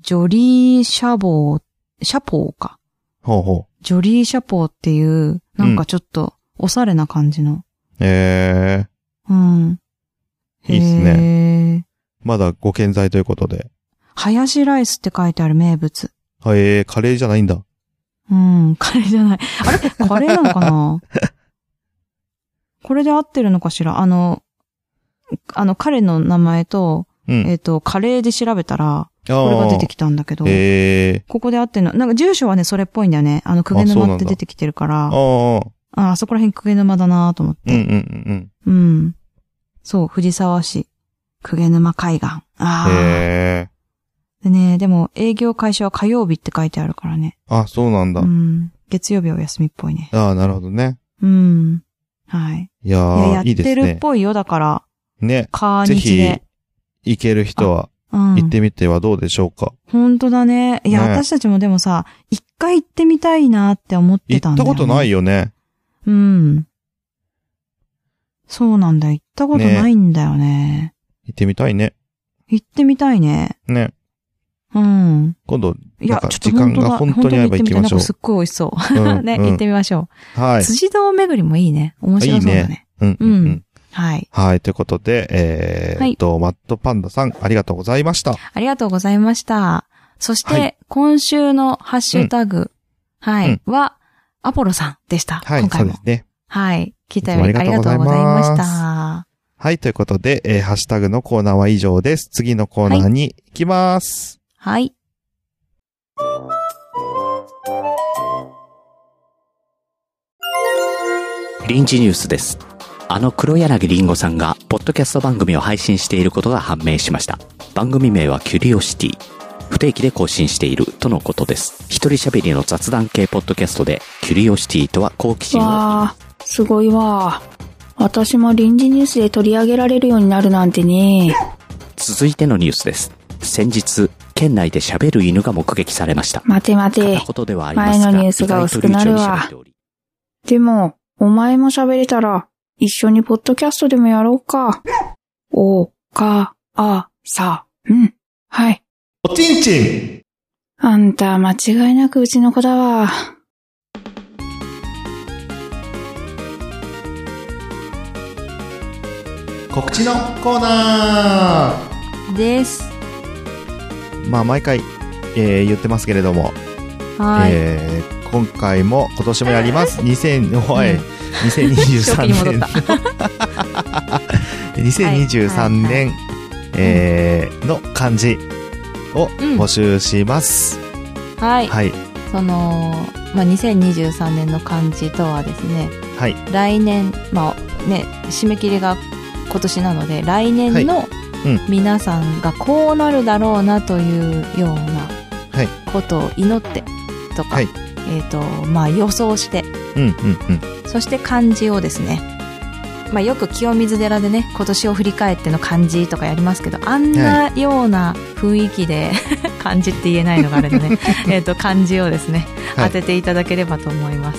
[SPEAKER 2] ジョリーシャボー、シャポーか。
[SPEAKER 1] う。ほうほ
[SPEAKER 2] ジョリー・シャポーっていう、なんかちょっと、おしゃれな感じの。
[SPEAKER 1] う。えー、
[SPEAKER 2] うん。
[SPEAKER 1] いいっす
[SPEAKER 2] ね。
[SPEAKER 1] まだご健在ということで。
[SPEAKER 2] ハヤシライスって書いてある名物。
[SPEAKER 1] あえー、カレーじゃないんだ。
[SPEAKER 2] うん、 [laughs] カレーじゃない。あれカレーなの
[SPEAKER 1] [laughs]
[SPEAKER 2] かなこれで合ってるのかしらあの、あの、彼の名前と、
[SPEAKER 1] うん。
[SPEAKER 2] えっ、と、カレーで調べたら、こ
[SPEAKER 1] こ
[SPEAKER 2] れが出てきたんだけど、
[SPEAKER 1] ええ
[SPEAKER 2] ここで合ってるの。なんか住所はね、それっぽいんだよね。あの、
[SPEAKER 1] そうなん
[SPEAKER 2] 鵠
[SPEAKER 1] だ
[SPEAKER 2] 沼って出てきてるから、
[SPEAKER 1] あ
[SPEAKER 2] あ
[SPEAKER 1] あ、
[SPEAKER 2] あそこら辺鵠沼だなと思っ
[SPEAKER 1] うんうん
[SPEAKER 2] て、
[SPEAKER 1] うん
[SPEAKER 2] うん。そう、藤沢市、鵠沼海岸。あ
[SPEAKER 1] うん。
[SPEAKER 2] あ、
[SPEAKER 1] ええ
[SPEAKER 2] でね、でも営業開始は火曜日って書いてあるからね。
[SPEAKER 1] あ、そうなんだ
[SPEAKER 2] う。ん。月曜日はお休みっぽいね。
[SPEAKER 1] ああ、なるほどね。
[SPEAKER 2] うん。はい。
[SPEAKER 1] いや
[SPEAKER 2] いや、や
[SPEAKER 1] ー、
[SPEAKER 2] っ
[SPEAKER 1] いいで
[SPEAKER 2] て
[SPEAKER 1] す
[SPEAKER 2] るっ
[SPEAKER 1] ね。
[SPEAKER 2] ぽいよ、だから、
[SPEAKER 1] ね。
[SPEAKER 2] カー
[SPEAKER 1] ぜ
[SPEAKER 2] 日
[SPEAKER 1] ひ
[SPEAKER 2] で。、
[SPEAKER 1] 行ける人は、
[SPEAKER 2] うん。
[SPEAKER 1] 行ってみてはどうでしょうか。
[SPEAKER 2] 本当だね。いや、
[SPEAKER 1] ね
[SPEAKER 2] 私たちもでもさ、一回行ってみたいなって思って
[SPEAKER 1] 行
[SPEAKER 2] た
[SPEAKER 1] っ
[SPEAKER 2] んだ
[SPEAKER 1] た
[SPEAKER 2] よ、ね。
[SPEAKER 1] ことないよね。
[SPEAKER 2] うん。そうなんだよ。行ったことないんだよね。
[SPEAKER 1] 行ってみたいね。
[SPEAKER 2] 行ってみたいね。
[SPEAKER 1] ね。
[SPEAKER 2] うん。
[SPEAKER 1] 今
[SPEAKER 2] [laughs]
[SPEAKER 1] 度、
[SPEAKER 2] い
[SPEAKER 1] な
[SPEAKER 2] や
[SPEAKER 1] ん、か
[SPEAKER 2] ちょっと
[SPEAKER 1] 時間が
[SPEAKER 2] だ
[SPEAKER 1] 本当に合えば行きましょう
[SPEAKER 2] 本当に行ってみたいなんかすっごい美味しそうう。
[SPEAKER 1] ん
[SPEAKER 2] [laughs] ね、
[SPEAKER 1] うん
[SPEAKER 2] 行ってみましょ
[SPEAKER 1] は
[SPEAKER 2] う。
[SPEAKER 1] い。
[SPEAKER 2] 辻堂巡りもいいね。面白そうだ
[SPEAKER 1] いい
[SPEAKER 2] ね
[SPEAKER 1] うんうんう
[SPEAKER 2] うんん。はい。
[SPEAKER 1] はい。ということで、えーっと、マットパンダさん、ありがとうございました。
[SPEAKER 2] ありがとうございました。そして、
[SPEAKER 1] はい
[SPEAKER 2] 今週のハッシュタグ、はい、は、アポロさんでした。
[SPEAKER 1] はい
[SPEAKER 2] 今、
[SPEAKER 1] そう
[SPEAKER 2] 回も
[SPEAKER 1] で。すね。
[SPEAKER 2] はい。聞いたより
[SPEAKER 1] いつもあ
[SPEAKER 2] あり
[SPEAKER 1] り
[SPEAKER 2] が
[SPEAKER 1] が
[SPEAKER 2] と
[SPEAKER 1] と
[SPEAKER 2] う
[SPEAKER 1] う
[SPEAKER 2] ご
[SPEAKER 1] ご
[SPEAKER 2] ざ
[SPEAKER 1] ざ
[SPEAKER 2] い
[SPEAKER 1] い
[SPEAKER 2] ま
[SPEAKER 1] ます
[SPEAKER 2] した。
[SPEAKER 1] はい。ということで、えーハッシュタグのコーナーは以上です。次のコーナーに行きます。
[SPEAKER 2] はい。
[SPEAKER 3] 臨時ニュースです。あの黒柳りんごさんが、ポッドキャスト番組を配信していることが判明しました。番組名はキュリオシティ。不定期で更新しているとのことです。一人喋りの雑談系ポッドキャストで、キュリオシティとは好奇心を
[SPEAKER 4] わあ、すごいわ。私も臨時ニュースで取り上げられるようになるなんてね。
[SPEAKER 3] 続いてのニュースです。先日、県内で喋る犬が目撃されました。
[SPEAKER 4] 待て待て。
[SPEAKER 3] ことではありますが、
[SPEAKER 4] 前のニュースが薄くなるわ
[SPEAKER 3] 意外と流暢に喋っており
[SPEAKER 4] でも、お前も喋れたら、一緒にポッドキャストでもやろうか。お、か、あ、さ、うん。はい。
[SPEAKER 1] おちんちん
[SPEAKER 4] あんた、間違いなくうちの子だわ。
[SPEAKER 1] 告知のコーナー
[SPEAKER 2] です。
[SPEAKER 1] まあ、毎回、えー言ってますけれども、
[SPEAKER 2] はい。
[SPEAKER 1] えー今回も、今年もやり
[SPEAKER 2] [laughs]
[SPEAKER 1] ます。2000、おい、
[SPEAKER 2] うん
[SPEAKER 1] 2023
[SPEAKER 2] 正気に戻
[SPEAKER 1] 年
[SPEAKER 2] っ
[SPEAKER 1] の。
[SPEAKER 2] た
[SPEAKER 1] 2023年、えーの漢字を
[SPEAKER 2] うん
[SPEAKER 1] 募集します。 [laughs]
[SPEAKER 2] はい。
[SPEAKER 1] はい。
[SPEAKER 2] その、まあ、2023年の漢字とはですね、
[SPEAKER 1] はい。
[SPEAKER 2] 来年、まあ、ね、締め切りが今年なので、来年の
[SPEAKER 1] うん
[SPEAKER 2] 皆さんがこうなるだろうなというような
[SPEAKER 1] はい
[SPEAKER 2] ことを祈ってとか、
[SPEAKER 1] はい
[SPEAKER 2] えっ、と、まあ、予想して、
[SPEAKER 1] うん、うん、うん。
[SPEAKER 2] そして漢字をですね、まあ、よく清水寺でね今年を振り返っての漢字とかやりますけどあんなような雰囲気で、 [laughs] 漢字って言えないのがあるの
[SPEAKER 1] [laughs]
[SPEAKER 2] でえっと漢字をですね、
[SPEAKER 1] はい
[SPEAKER 2] 当てていただければと思います。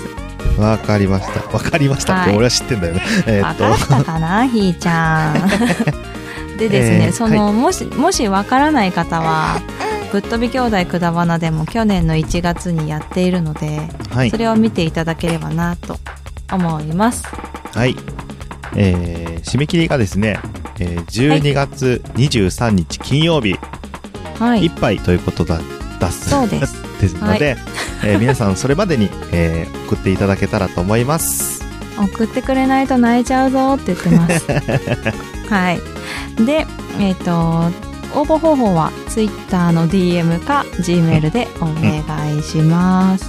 [SPEAKER 1] わかりました。わかりましたって、
[SPEAKER 2] はい
[SPEAKER 1] 俺は知ってんだよね。えー
[SPEAKER 2] わ
[SPEAKER 1] っと、
[SPEAKER 2] かった
[SPEAKER 1] [laughs]
[SPEAKER 2] かなひーちゃん。でですね、
[SPEAKER 1] えー
[SPEAKER 2] その、もしもしわからない方は「ぶっ飛び兄弟くだばな」でも去年の1月にやっているので、
[SPEAKER 1] はい
[SPEAKER 2] そ。れを見ていただければなと思います。
[SPEAKER 1] はい。えー締め切りがですね、えー12月23日金曜日
[SPEAKER 2] はいい
[SPEAKER 1] っ、ぱいということだ、だす。
[SPEAKER 2] そうです。
[SPEAKER 1] ですので、えー皆さんそれまでに、えー送っていただけたらと思います。
[SPEAKER 2] 送ってくれないと泣いちゃうぞって言って
[SPEAKER 1] [laughs]
[SPEAKER 2] ます。はい。で、えっ、と、応募方法は Twitter の DM か Gmail でお願いします。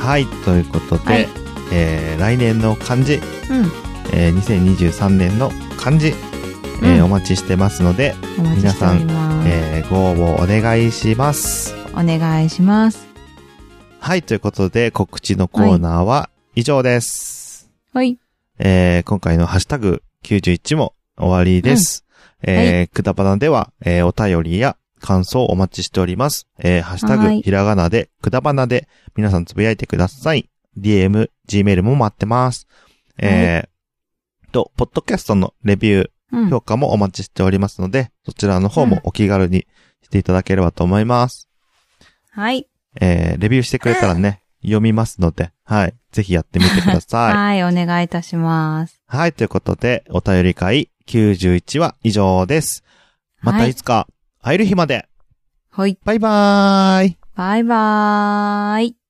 [SPEAKER 1] はい、ということで、
[SPEAKER 2] はい
[SPEAKER 1] えー来年の漢字、
[SPEAKER 2] うん。
[SPEAKER 1] えー2023年の漢字、えー
[SPEAKER 2] うん
[SPEAKER 1] お待ちしてますので、
[SPEAKER 2] お待ちしております。
[SPEAKER 1] えーご応募お願いします。
[SPEAKER 2] お願いします。
[SPEAKER 1] はい、ということで、告知のコーナーは以上です。
[SPEAKER 2] はい。
[SPEAKER 1] えー今回のハッシュタグ91も終わりです。えーくだばなでは、えーお便りや感想をお待ちしております。えーハッシュタグ
[SPEAKER 2] はい
[SPEAKER 1] ひらがなで、くだばなで、皆さんつぶやいてください。DM、Gmail も待ってます。えーと、ポッドキャストのレビュー、
[SPEAKER 2] うん。
[SPEAKER 1] 評価もお待ちしておりますので、そちらの方もお気軽にしていただければと思います。
[SPEAKER 2] はい。
[SPEAKER 1] えーレビューしてくれたらね、読みますので、はい。ぜひやってみてくださ
[SPEAKER 2] はい、お願いいたします。
[SPEAKER 1] い。はい。ということで、お便り会91は以上です。またいつか会える日まで。
[SPEAKER 2] はい。
[SPEAKER 1] バイバーイ。
[SPEAKER 2] バイバーイ。